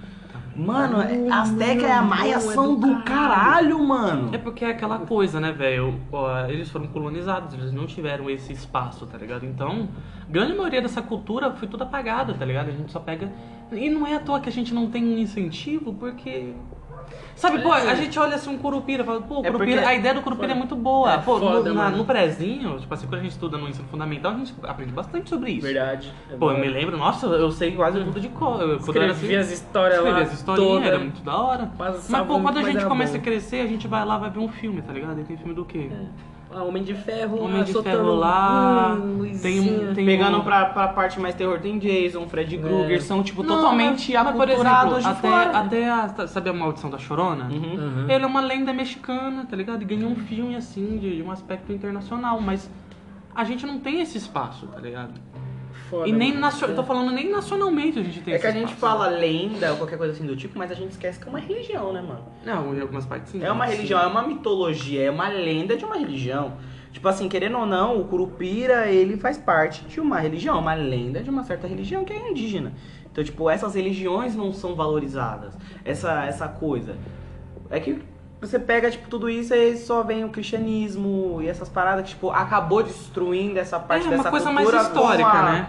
[SPEAKER 1] Mano, é- azteca e a maia
[SPEAKER 3] não, é
[SPEAKER 1] são
[SPEAKER 3] do
[SPEAKER 1] do caralho, mano.
[SPEAKER 2] É porque é aquela coisa, né, velho? Ó, Eles foram colonizados, eles não tiveram esse espaço, tá ligado? Então, grande maioria dessa cultura foi toda apagada, tá ligado? A gente só pega. E não é à toa que a gente não tem um incentivo, porque. Sabe, pô, a gente olha assim um curupira e fala, pô,
[SPEAKER 1] É
[SPEAKER 2] curupira,
[SPEAKER 1] porque-
[SPEAKER 2] a ideia do curupira é
[SPEAKER 3] Foda.
[SPEAKER 2] muito boa.
[SPEAKER 3] É
[SPEAKER 2] pô,
[SPEAKER 3] foda,
[SPEAKER 2] no, na-
[SPEAKER 3] mano.
[SPEAKER 2] no prezinho, tipo assim, quando a gente estuda no ensino fundamental, a gente aprende bastante sobre isso.
[SPEAKER 3] Verdade.
[SPEAKER 2] Pô, eu me lembro, nossa, eu sei quase tudo de cor. Eu- quando eu era
[SPEAKER 3] Escrevi
[SPEAKER 2] assim-
[SPEAKER 3] as histórias lá.
[SPEAKER 2] Escrever essa historinha
[SPEAKER 3] toda.
[SPEAKER 2] era muito da hora.
[SPEAKER 3] Quase
[SPEAKER 2] Mas, pô, quando
[SPEAKER 3] salvou
[SPEAKER 2] a
[SPEAKER 3] muito, mas
[SPEAKER 2] gente
[SPEAKER 3] era
[SPEAKER 2] começa
[SPEAKER 3] bom.
[SPEAKER 2] a crescer, a gente vai lá, vai ver um filme, tá ligado? E tem filme do quê?
[SPEAKER 3] Ah, Homem de Ferro
[SPEAKER 2] Homem
[SPEAKER 3] lá,
[SPEAKER 2] de
[SPEAKER 3] soltando
[SPEAKER 2] Ferro lá,
[SPEAKER 3] um
[SPEAKER 2] tem um...
[SPEAKER 3] luzinha.
[SPEAKER 2] Tem
[SPEAKER 1] Pegando
[SPEAKER 2] um... É.
[SPEAKER 1] pra, pra parte mais terror, tem Jason, Freddy Krueger, são, tipo,
[SPEAKER 2] Não,
[SPEAKER 1] totalmente
[SPEAKER 2] mas, mas, por exemplo,
[SPEAKER 1] aculturados de
[SPEAKER 2] até,
[SPEAKER 1] fora.
[SPEAKER 2] até a, tá- sabe a maldição da Chorona?
[SPEAKER 1] Uhum.
[SPEAKER 3] Uhum.
[SPEAKER 2] Ele é uma lenda mexicana, tá ligado? E ganhou um filme, assim, de, de um aspecto internacional, mas... A gente não tem esse espaço, tá ligado?
[SPEAKER 3] Foda, né?
[SPEAKER 2] e nem
[SPEAKER 3] mano.
[SPEAKER 2] nacio... eu tô falando nem nacionalmente a gente tem
[SPEAKER 1] É
[SPEAKER 2] esse
[SPEAKER 1] que a gente
[SPEAKER 2] espaço.
[SPEAKER 1] fala lenda ou qualquer coisa assim do tipo, mas a gente esquece que é uma religião, né, mano?
[SPEAKER 2] Não, em algumas partes sim.
[SPEAKER 1] É uma religião, é uma mitologia, é uma lenda de uma religião. Tipo assim, querendo ou não, o Curupira, ele faz parte de uma religião, uma lenda de uma certa religião que é indígena. Então, tipo, essas religiões não são valorizadas. Essa, essa coisa. É que você pega, tipo, tudo isso e só vem o cristianismo e essas paradas que, tipo, acabou destruindo essa parte
[SPEAKER 2] é
[SPEAKER 1] dessa
[SPEAKER 2] uma coisa mais
[SPEAKER 1] cultura
[SPEAKER 2] histórica,
[SPEAKER 1] com a-
[SPEAKER 2] né?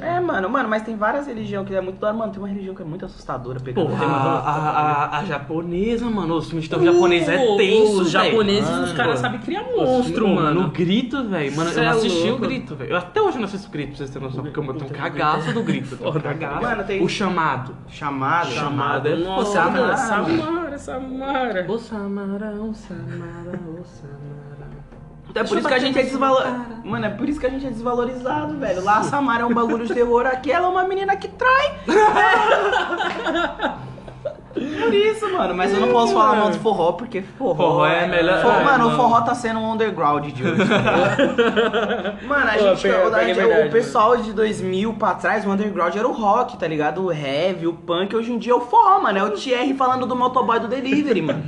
[SPEAKER 1] É, mano, mano, mas tem várias religiões que é muito da hora. Mano, tem uma religião que é muito assustadora. Pegando
[SPEAKER 2] Porra,
[SPEAKER 1] tem uma-
[SPEAKER 2] a, a- a japonesa, mano. Os filmes de terror
[SPEAKER 3] Uh,
[SPEAKER 2] japonês é tenso,
[SPEAKER 3] Os
[SPEAKER 2] velho. Ah.
[SPEAKER 3] japoneses,
[SPEAKER 2] Mano.
[SPEAKER 3] os caras sabem criar
[SPEAKER 2] Os filmes,
[SPEAKER 3] monstro, mano.
[SPEAKER 2] O grito, velho. Mano,
[SPEAKER 3] Cê
[SPEAKER 2] eu não
[SPEAKER 3] é
[SPEAKER 2] assisti o
[SPEAKER 3] louco.
[SPEAKER 2] grito, velho. Eu até hoje não assisto o grito, pra vocês terem noção. Porque eu tenho um
[SPEAKER 3] Puta,
[SPEAKER 2] cagaço do grito. eu tenho um
[SPEAKER 3] Foda,
[SPEAKER 2] cagaço.
[SPEAKER 1] Mano, tem-
[SPEAKER 2] O chamado.
[SPEAKER 1] Chamada.
[SPEAKER 2] Chamada é
[SPEAKER 3] Nossa,
[SPEAKER 2] foda.
[SPEAKER 3] mano, Samara, Samara.
[SPEAKER 2] O Samara, o Samara, o Samara.
[SPEAKER 1] É por isso que a gente é desvalorizado. Mano, é por isso que a gente é desvalorizado, velho. Lá a Samara é um bagulho de terror, aqui ela é uma menina que trai. É. por isso, mano. Mas eu não posso falar mal do forró, porque forró.
[SPEAKER 2] Forró é melhor-
[SPEAKER 1] Forró-
[SPEAKER 2] é,
[SPEAKER 1] mano,
[SPEAKER 2] mano.
[SPEAKER 1] o forró tá sendo um underground de hoje. mano, a
[SPEAKER 3] Pô,
[SPEAKER 1] gente.
[SPEAKER 3] pega-
[SPEAKER 1] o-
[SPEAKER 3] pega
[SPEAKER 1] gente-
[SPEAKER 3] a verdade,
[SPEAKER 1] o pessoal de 2000 pra trás, o underground era o rock, tá ligado? O heavy, o punk. Hoje em dia é o forró, mano. É o TR falando do motoboy do delivery, mano.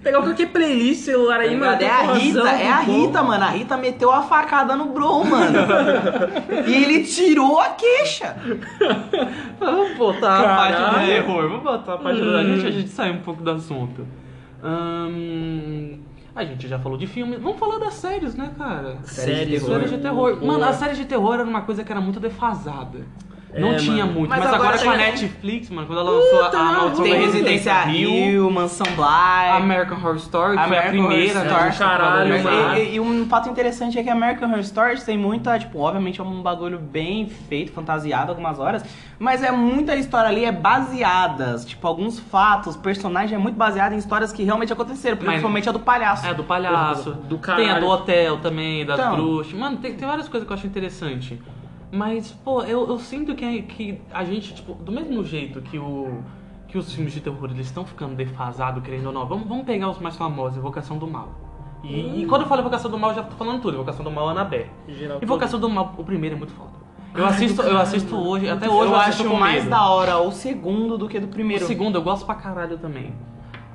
[SPEAKER 3] Pegar qualquer playlist celular
[SPEAKER 2] Tá
[SPEAKER 3] aí, mano.
[SPEAKER 1] Mano, é
[SPEAKER 3] tem
[SPEAKER 1] a
[SPEAKER 3] forrozão,
[SPEAKER 1] Rita, é a
[SPEAKER 3] tem
[SPEAKER 1] Rita, mano. A Rita meteu a facada no Bro, mano. e ele tirou a queixa.
[SPEAKER 2] Vamos botar a parte
[SPEAKER 3] Caralho.
[SPEAKER 2] do terror, vamos botar a parte da gente, a gente sai um pouco do assunto. Ahn, a gente já falou de filmes, vamos falar das séries, né, cara?
[SPEAKER 3] Séries,
[SPEAKER 2] Séries de terror. Mano, a
[SPEAKER 3] Horror.
[SPEAKER 2] série de terror era uma coisa que era muito defasada.
[SPEAKER 3] É,
[SPEAKER 2] Não tinha
[SPEAKER 3] mano.
[SPEAKER 2] muito, mas,
[SPEAKER 1] Mas
[SPEAKER 2] agora,
[SPEAKER 1] agora
[SPEAKER 2] com a
[SPEAKER 1] chega-
[SPEAKER 2] Netflix, mano, quando ela lançou
[SPEAKER 3] Puta,
[SPEAKER 2] a Maldição
[SPEAKER 1] Tem
[SPEAKER 2] da
[SPEAKER 1] Residência Rio, Mansão Bly.
[SPEAKER 2] American Horror Story, que foi a
[SPEAKER 1] American Horror
[SPEAKER 2] primeira.
[SPEAKER 1] Story,
[SPEAKER 2] né, que a gente falou,
[SPEAKER 3] caralho,
[SPEAKER 2] né?
[SPEAKER 3] mano.
[SPEAKER 1] E, e- e um fato interessante é que American Horror Stories tem muita, tipo, obviamente é um bagulho bem feito, fantasiado algumas horas, mas é muita história ali, é baseadas, tipo, alguns fatos, personagem é muito baseado em histórias que realmente aconteceram,
[SPEAKER 2] Mas-
[SPEAKER 1] principalmente a do palhaço.
[SPEAKER 2] É, do palhaço.
[SPEAKER 3] Do- do
[SPEAKER 2] Tem a
[SPEAKER 3] caralho.
[SPEAKER 2] do hotel também, das
[SPEAKER 1] Então.
[SPEAKER 2] bruxas. Mano, tem, tem várias coisas que eu acho interessante. Mas, pô, eu, eu sinto que, que a gente, tipo, do mesmo jeito que o. Que os filmes de terror eles estão ficando defasados, querendo ou não. Vamos, vamos pegar os mais famosos, Invocação do Mal. E, e
[SPEAKER 1] Hum.
[SPEAKER 2] quando eu falo Invocação do Mal, eu já tô falando tudo. Invocação do Mal é Anabé.
[SPEAKER 3] Geral,
[SPEAKER 2] Invocação do Mal, o primeiro é muito foda. Eu assisto, eu assisto hoje, até hoje
[SPEAKER 1] Então, eu,
[SPEAKER 2] assisto
[SPEAKER 1] acho
[SPEAKER 2] com
[SPEAKER 1] mais
[SPEAKER 2] um medo.
[SPEAKER 1] da hora o segundo do que do
[SPEAKER 2] O
[SPEAKER 1] primeiro.
[SPEAKER 2] segundo eu gosto pra caralho também.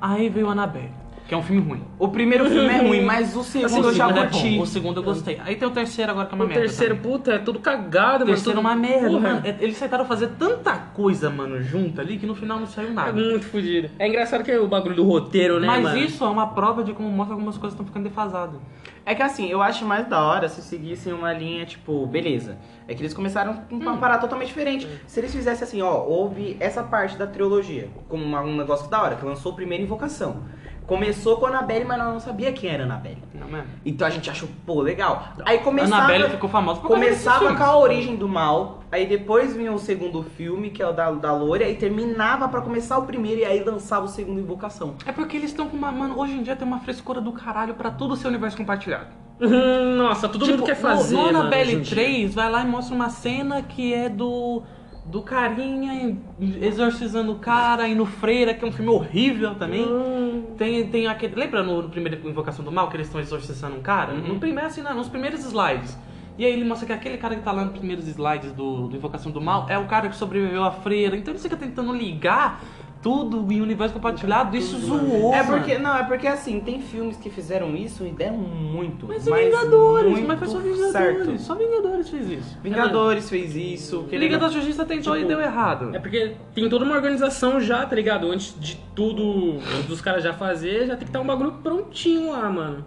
[SPEAKER 2] Aí veio Anabelle, que é um filme ruim.
[SPEAKER 1] O primeiro filme é ruim, mas o segundo eu já
[SPEAKER 2] é
[SPEAKER 1] curti.
[SPEAKER 2] bom. O segundo eu gostei. Aí tem o terceiro agora que é uma
[SPEAKER 3] O
[SPEAKER 2] merda.
[SPEAKER 3] um terceiro, puta, é tudo cagado,
[SPEAKER 2] O
[SPEAKER 3] mano.
[SPEAKER 2] terceiro é
[SPEAKER 3] tudo-
[SPEAKER 2] uma merda,
[SPEAKER 3] Porra,
[SPEAKER 2] mano. É- Eles tentaram fazer tanta coisa, mano, junto ali que no final não saiu
[SPEAKER 3] É
[SPEAKER 2] nada.
[SPEAKER 3] muito fodido. É engraçado que é o bagulho do roteiro, né,
[SPEAKER 2] Mas
[SPEAKER 3] mano?
[SPEAKER 2] isso é uma prova de como mostra algumas coisas estão ficando defasadas.
[SPEAKER 1] É que assim, eu acho mais da hora se seguissem uma linha, tipo, beleza. É que eles começaram com
[SPEAKER 2] Hum.
[SPEAKER 1] uma parada totalmente diferente. Se eles fizessem assim, ó, houve essa parte da trilogia, como uma- um negócio da hora, que lançou o primeiro Invocação. Começou com a Annabelle, mas nós não sabia quem era a Annabelle.
[SPEAKER 2] Não mesmo?
[SPEAKER 1] Então a gente achou, pô, legal. Aí começava,
[SPEAKER 2] Annabelle ficou famosa por causa
[SPEAKER 1] começava
[SPEAKER 2] desses
[SPEAKER 1] com a
[SPEAKER 2] filmes.
[SPEAKER 1] origem do mal, aí depois vinha o segundo filme, que é o da, da Loura, e terminava pra começar o primeiro, e aí lançava o segundo Invocação.
[SPEAKER 2] É porque eles estão com uma. Mano, hoje em dia tem uma frescura do caralho pra todo o seu universo compartilhado.
[SPEAKER 3] Hum, Nossa, todo mundo quer
[SPEAKER 2] Tipo,
[SPEAKER 3] fazer.
[SPEAKER 2] No, no
[SPEAKER 3] mano,
[SPEAKER 2] Annabelle
[SPEAKER 3] gente.
[SPEAKER 2] 3, vai lá e mostra uma cena que é do. Do carinha exorcizando o cara, e no Freira, que é um filme horrível também.
[SPEAKER 3] Hum,
[SPEAKER 2] Tem, tem aquele. Lembra no, no primeiro Invocação do Mal que eles estão exorcizando um cara? No primeiro, assim, não, nos primeiros slides. E aí ele mostra que aquele cara que tá lá nos primeiros slides do, do Invocação do Mal é o cara que sobreviveu à freira. Então ele fica tentando ligar tudo em universo compartilhado, isso zoou.
[SPEAKER 1] é
[SPEAKER 2] mano.
[SPEAKER 1] porque, não, é porque assim, tem filmes que fizeram isso e deram muito.
[SPEAKER 2] Mas, é Vingadores,
[SPEAKER 1] muito
[SPEAKER 2] mas foi só Vingadores.
[SPEAKER 1] certo.
[SPEAKER 2] Só Vingadores fez isso.
[SPEAKER 1] Vingadores fez isso. que
[SPEAKER 2] Liga
[SPEAKER 1] legal.
[SPEAKER 2] da Justiça tentou e deu errado.
[SPEAKER 3] É porque tem toda uma organização já, tá ligado? Antes de tudo, antes dos caras já fazer, já tem que estar um bagulho prontinho lá, mano.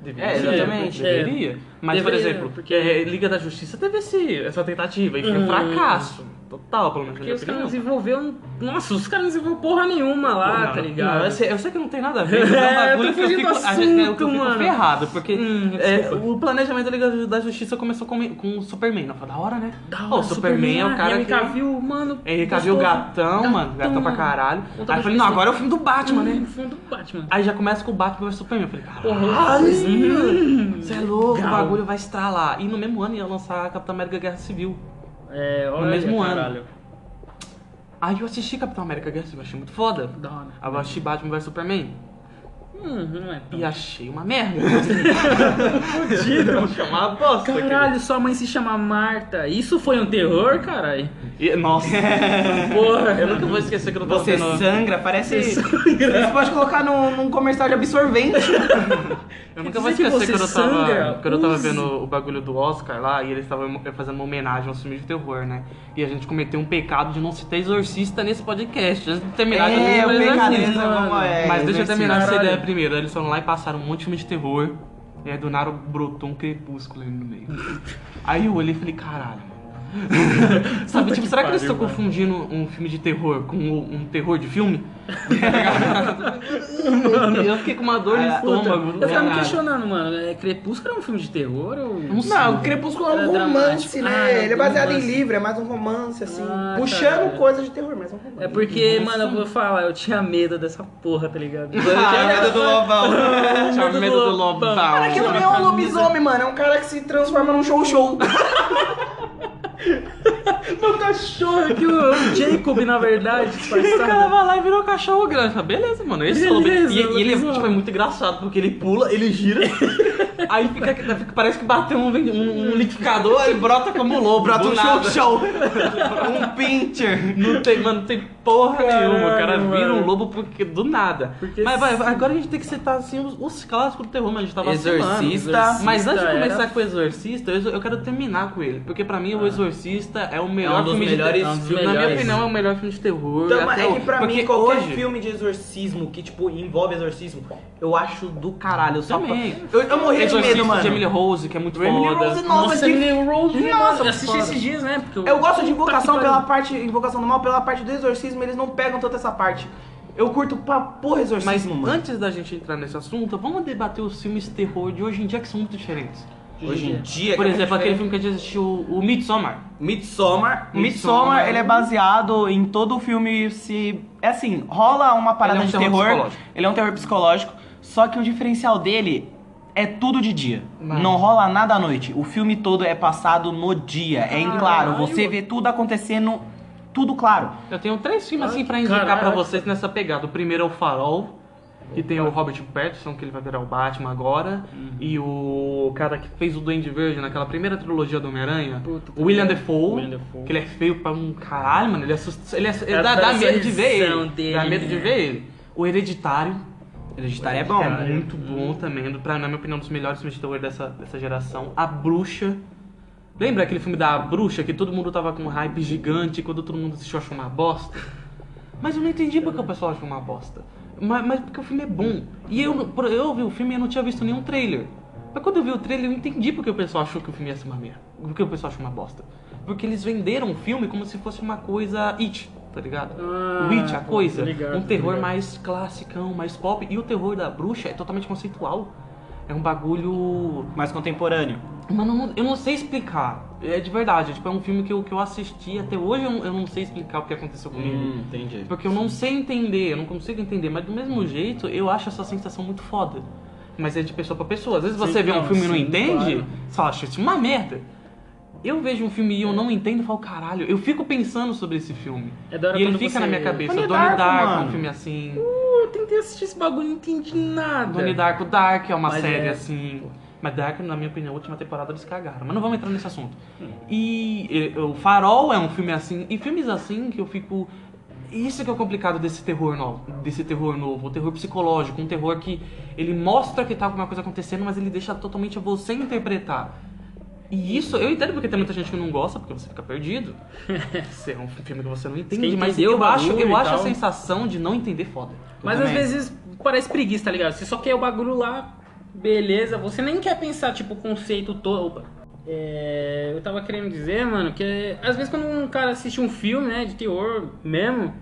[SPEAKER 2] Deveria.
[SPEAKER 1] É, exatamente.
[SPEAKER 2] Deveria. Mas,
[SPEAKER 3] Deveria,
[SPEAKER 2] por exemplo,
[SPEAKER 3] porque-
[SPEAKER 2] é, Liga da Justiça teve esse, essa tentativa e foi um
[SPEAKER 3] Hum.
[SPEAKER 2] fracasso. Total, pelo menos na
[SPEAKER 3] Porque
[SPEAKER 2] minha
[SPEAKER 3] os caras não
[SPEAKER 2] opinião.
[SPEAKER 3] desenvolveram. Nossa, os caras não desenvolveram porra nenhuma lá,
[SPEAKER 2] Não,
[SPEAKER 3] tá
[SPEAKER 2] não,
[SPEAKER 3] ligado?
[SPEAKER 2] não, eu, sei, eu sei que não tem nada a ver, mas
[SPEAKER 3] É,
[SPEAKER 2] Ah, é um
[SPEAKER 3] eu tô
[SPEAKER 2] bagulho que eu
[SPEAKER 3] fugindo
[SPEAKER 2] fico,
[SPEAKER 3] do
[SPEAKER 2] a gente- eu
[SPEAKER 3] assunto,
[SPEAKER 2] fico
[SPEAKER 3] mano.
[SPEAKER 2] ferrado, porque
[SPEAKER 3] Hum,
[SPEAKER 2] é,
[SPEAKER 3] desculpa.
[SPEAKER 2] o planejamento da Liga da Justiça começou com, com o Superman. Eu falei, da hora, né?
[SPEAKER 3] Da
[SPEAKER 2] Pô,
[SPEAKER 3] hora,
[SPEAKER 2] o Superman é o cara
[SPEAKER 3] Henry
[SPEAKER 2] que...
[SPEAKER 3] Cavill, mano.
[SPEAKER 2] Henry Cavill,
[SPEAKER 3] gostoso.
[SPEAKER 2] gatão, mano, gatão pra caralho.
[SPEAKER 3] Eu tava
[SPEAKER 2] Aí eu falei, não,
[SPEAKER 3] esquecendo.
[SPEAKER 2] agora é o filme do Batman,
[SPEAKER 3] Hum,
[SPEAKER 2] né?
[SPEAKER 3] fundo do Batman.
[SPEAKER 2] Aí já começa com o Batman vs Superman. Eu falei,
[SPEAKER 3] Porra,
[SPEAKER 2] caralho,
[SPEAKER 3] hum,
[SPEAKER 2] você é louco, o
[SPEAKER 3] legal.
[SPEAKER 2] bagulho vai estralar. E no mesmo ano ia lançar a Capitão América Guerra Civil.
[SPEAKER 3] É, olha,
[SPEAKER 2] mesmo ano.
[SPEAKER 3] caralho.
[SPEAKER 2] Aí eu assisti Capitão América Guerra Civil, achei muito foda.
[SPEAKER 3] Da hora.
[SPEAKER 2] Aí eu assisti Batman vs Superman
[SPEAKER 3] Hum, não é tão-
[SPEAKER 2] e achei uma merda.
[SPEAKER 3] Fudido.
[SPEAKER 2] Chamar bosta.
[SPEAKER 3] Caralho, sua mãe se chama Marta. Isso foi um terror, caralho?
[SPEAKER 2] E- nossa.
[SPEAKER 3] Porra.
[SPEAKER 2] Eu nunca vou esquecer que eu tava
[SPEAKER 1] Você
[SPEAKER 2] vendo-
[SPEAKER 1] sangra, parece. Você pode colocar num, num comercial de absorvente.
[SPEAKER 2] Eu
[SPEAKER 3] Quer
[SPEAKER 2] nunca vou
[SPEAKER 3] dizer que
[SPEAKER 2] esquecer
[SPEAKER 3] você
[SPEAKER 2] quando eu tava,
[SPEAKER 3] sangra?
[SPEAKER 2] quando eu tava
[SPEAKER 3] Use.
[SPEAKER 2] vendo o bagulho do Oscar lá e eles estavam fazendo uma homenagem aos filmes de terror, né? E a gente cometeu um pecado de não citar exorcista nesse podcast. Antes de terminar, já
[SPEAKER 1] É,
[SPEAKER 2] tem
[SPEAKER 1] o
[SPEAKER 2] sobre
[SPEAKER 1] mecanismo,
[SPEAKER 2] exorcista.
[SPEAKER 1] como é,
[SPEAKER 2] Mas deixa eu
[SPEAKER 1] exorcista.
[SPEAKER 2] terminar essa
[SPEAKER 3] Caralho.
[SPEAKER 2] ideia primeiro. Eles foram lá e passaram um monte de filme de terror. E aí do nada brotou um crepúsculo ali no meio. aí eu olhei e falei, caralho. mano." Sabe,
[SPEAKER 3] Puta
[SPEAKER 2] tipo,
[SPEAKER 3] que
[SPEAKER 2] será que eles
[SPEAKER 3] pariu,
[SPEAKER 2] estão
[SPEAKER 3] mano.
[SPEAKER 2] confundindo um filme de terror com um, um terror de filme? eu fiquei com uma dor no
[SPEAKER 1] Ah,
[SPEAKER 3] Puta,
[SPEAKER 2] estômago.
[SPEAKER 3] Eu ficava me
[SPEAKER 2] Caralho.
[SPEAKER 3] questionando, mano. é, Crepúsculo é um filme de terror ou.
[SPEAKER 1] Não, o Crepúsculo é um
[SPEAKER 3] Era
[SPEAKER 1] romance,
[SPEAKER 3] dramático.
[SPEAKER 1] né?
[SPEAKER 3] Ah, era
[SPEAKER 1] Ele é baseado
[SPEAKER 3] romance.
[SPEAKER 1] em livro, é mais um romance, assim.
[SPEAKER 3] Ah,
[SPEAKER 1] puxando
[SPEAKER 3] tá.
[SPEAKER 1] coisa de terror, mas um romance.
[SPEAKER 3] É porque, mano, eu vou falar, eu tinha medo dessa porra, tá ligado?
[SPEAKER 1] Ah, medo do lobão.
[SPEAKER 2] Tinha medo do lobão.
[SPEAKER 1] Cara, aquilo não é um lobisomem, mano. É um cara que se transforma num show-show.
[SPEAKER 3] Meu cachorro, aquilo é o Jacob, na verdade,
[SPEAKER 2] O cara
[SPEAKER 3] disfarçado.
[SPEAKER 2] vai lá e virou um cachorro grande. Fala, Beleza, mano. Esse é o
[SPEAKER 3] Beleza,
[SPEAKER 2] e, e ele é,
[SPEAKER 3] lobisomem.
[SPEAKER 2] tipo, é muito engraçado, porque ele pula, ele gira, aí fica, fica- parece que bateu um, ven- um, um liquidificador, ele brota como lobo.
[SPEAKER 1] Brota
[SPEAKER 2] do
[SPEAKER 1] um
[SPEAKER 2] nada.
[SPEAKER 1] show-show. um pincher.
[SPEAKER 2] Não tem, mano, não tem porra
[SPEAKER 3] Caralho,
[SPEAKER 2] nenhuma. O cara vira um
[SPEAKER 3] mano.
[SPEAKER 2] lobo porque, do nada.
[SPEAKER 3] Porque
[SPEAKER 2] mas vai,
[SPEAKER 3] sim.
[SPEAKER 2] vai, agora a gente tem que citar assim, os, os clássicos do terror, mas a gente tava assinando.
[SPEAKER 1] Exorcista.
[SPEAKER 2] Mas antes de
[SPEAKER 3] Exorcista
[SPEAKER 2] começar
[SPEAKER 3] era-
[SPEAKER 2] com o Exorcista, eu, eu quero terminar com ele. Porque pra mim,
[SPEAKER 1] Ah.
[SPEAKER 2] o Exorcista é o melhor
[SPEAKER 1] um dos
[SPEAKER 2] filme
[SPEAKER 1] melhores
[SPEAKER 2] de terror.
[SPEAKER 3] filmes.
[SPEAKER 2] Na minha
[SPEAKER 3] melhores.
[SPEAKER 2] opinião, é o melhor filme de terror.
[SPEAKER 1] Então,
[SPEAKER 2] até
[SPEAKER 1] é que
[SPEAKER 2] hoje.
[SPEAKER 1] pra
[SPEAKER 2] Porque
[SPEAKER 1] mim, qualquer
[SPEAKER 2] hoje,
[SPEAKER 1] filme de exorcismo que, tipo, envolve exorcismo, eu acho do caralho. Eu só
[SPEAKER 2] Também.
[SPEAKER 1] Eu, eu morri de
[SPEAKER 2] Exorcista
[SPEAKER 1] medo, mano.
[SPEAKER 2] de Emily Rose, que é muito
[SPEAKER 1] Emily
[SPEAKER 2] foda.
[SPEAKER 1] Rose, nossa, que-
[SPEAKER 3] Emily é Rose.
[SPEAKER 1] Nossa,
[SPEAKER 3] eu assisti
[SPEAKER 1] foda.
[SPEAKER 3] esses dias, né? Porque
[SPEAKER 1] Eu gosto de invocação
[SPEAKER 3] Puta que
[SPEAKER 1] pela
[SPEAKER 3] pariu.
[SPEAKER 1] parte, invocação do mal, pela parte do exorcismo, eles não pegam tanto essa parte. Eu curto pra porra
[SPEAKER 2] Mas
[SPEAKER 1] exorcismo, mano.
[SPEAKER 2] antes da gente entrar nesse assunto, vamos debater os filmes terror de hoje em dia que são muito diferentes.
[SPEAKER 1] Hoje em dia,
[SPEAKER 2] Por
[SPEAKER 1] que é
[SPEAKER 2] exemplo,
[SPEAKER 1] muito
[SPEAKER 2] aquele
[SPEAKER 1] diferente.
[SPEAKER 2] filme que a gente assistiu, o Midsommar.
[SPEAKER 1] Midsommar,
[SPEAKER 2] Midsommar,
[SPEAKER 1] Midsommar, ele é baseado em todo o filme se é assim, rola uma parada
[SPEAKER 2] Ele é um
[SPEAKER 1] de
[SPEAKER 2] terror
[SPEAKER 1] terror.
[SPEAKER 2] psicológico.
[SPEAKER 1] Ele é um terror psicológico, só que o diferencial dele é tudo de dia.
[SPEAKER 2] Mano.
[SPEAKER 1] Não rola nada à noite. O filme todo é passado no dia, é em claro.
[SPEAKER 3] Caralho.
[SPEAKER 1] Você vê tudo acontecendo, tudo claro.
[SPEAKER 2] Eu tenho três filmes
[SPEAKER 3] Ah,
[SPEAKER 2] assim pra
[SPEAKER 3] que
[SPEAKER 2] indicar pra
[SPEAKER 3] caralho.
[SPEAKER 2] vocês nessa pegada. O primeiro é o Farol, que tem o Robert Pattinson, que ele vai virar o Batman agora,
[SPEAKER 3] Uhum.
[SPEAKER 2] e o cara que fez o Duende Verde naquela primeira trilogia do Homem-Aranha,
[SPEAKER 3] Puta,
[SPEAKER 2] o William
[SPEAKER 3] tá-
[SPEAKER 2] Defoe,
[SPEAKER 3] William Dafoe.
[SPEAKER 2] que ele é feio pra um caralho, mano, ele assusta, ele, é- ele
[SPEAKER 3] É
[SPEAKER 2] dá,
[SPEAKER 3] a
[SPEAKER 2] dá medo de ver ele,
[SPEAKER 3] transição dele,
[SPEAKER 2] dá medo de
[SPEAKER 3] né?
[SPEAKER 2] ver é ele. O Hereditário,
[SPEAKER 1] Hereditário
[SPEAKER 2] É
[SPEAKER 1] é bom.
[SPEAKER 2] muito bom também. Do- Pra mim, na minha opinião, um dos melhores filmes de terror dessa, dessa geração. A Bruxa. Lembra aquele filme da Bruxa que todo mundo tava com um hype gigante e quando todo mundo assistiu achou uma bosta? Mas eu não entendi porque o pessoal achou uma bosta. Mas, mas porque o filme é bom. E eu, não- por- eu vi o filme e eu não tinha visto nenhum trailer. Mas quando eu vi o trailer, eu entendi porque o pessoal achou que o filme ia ser uma merda. Porque o pessoal achou uma bosta. Porque eles venderam o filme como se fosse uma coisa it. tá ligado?
[SPEAKER 3] Ah,
[SPEAKER 2] o Witch, a coisa.
[SPEAKER 3] tô ligado,
[SPEAKER 2] um
[SPEAKER 3] tô
[SPEAKER 2] terror
[SPEAKER 3] ligado.
[SPEAKER 2] mais classicão, mais pop. E o terror da bruxa é totalmente conceitual. É um bagulho
[SPEAKER 1] Mais contemporâneo.
[SPEAKER 2] Mano, eu não- eu não sei explicar. É de verdade. Tipo, é um filme que eu, que eu assisti até hoje, eu, não- eu não sei explicar o que aconteceu comigo.
[SPEAKER 1] Hum, entendi.
[SPEAKER 2] Porque eu não sei entender, eu não consigo entender. Mas do mesmo jeito, eu acho essa sensação muito foda. Mas é de pessoa pra pessoa. Às vezes você
[SPEAKER 3] Sim,
[SPEAKER 2] vê um
[SPEAKER 3] não,
[SPEAKER 2] filme e não
[SPEAKER 3] sim,
[SPEAKER 2] entende,
[SPEAKER 3] claro.
[SPEAKER 2] você fala, acho isso uma merda. Eu vejo um filme e eu não entendo e falo, caralho, eu fico pensando sobre esse filme.
[SPEAKER 3] É da hora
[SPEAKER 2] e ele
[SPEAKER 3] quando
[SPEAKER 2] fica
[SPEAKER 3] você-
[SPEAKER 2] na minha cabeça.
[SPEAKER 1] Donnie
[SPEAKER 2] Donnie
[SPEAKER 1] Darko,
[SPEAKER 2] Darko, é
[SPEAKER 1] mano.
[SPEAKER 2] um filme assim.
[SPEAKER 3] Pô, eu tentei assistir esse bagulho, não entendi nada.
[SPEAKER 2] Donnie Darko, Dark é uma
[SPEAKER 3] Mas
[SPEAKER 2] série
[SPEAKER 3] é.
[SPEAKER 2] assim. Mas Dark, na minha opinião, a última temporada eles cagaram. Mas não vamos entrar nesse assunto.
[SPEAKER 3] Hum.
[SPEAKER 2] E, e, o Farol é um filme assim. E filmes assim que eu fico. Isso que é o complicado desse terror novo, desse terror novo, o terror psicológico, um terror que ele mostra que tá alguma coisa acontecendo, mas ele deixa totalmente a você interpretar. E isso, eu entendo porque tem muita gente que não gosta, porque você fica perdido. Isso é um filme que você não entende,
[SPEAKER 3] Quem
[SPEAKER 2] mas
[SPEAKER 3] entendeu
[SPEAKER 2] eu
[SPEAKER 3] o
[SPEAKER 2] acho,
[SPEAKER 3] bagulho e
[SPEAKER 2] eu acho a
[SPEAKER 3] tal.
[SPEAKER 2] sensação de não entender foda.
[SPEAKER 3] Mas
[SPEAKER 1] também.
[SPEAKER 3] às vezes parece preguiça, tá ligado? Você só quer o bagulho lá, beleza. Você nem quer pensar, tipo, o conceito todo. Opa. É, eu tava querendo dizer, mano, que às vezes quando um cara assiste um filme, né, de terror mesmo,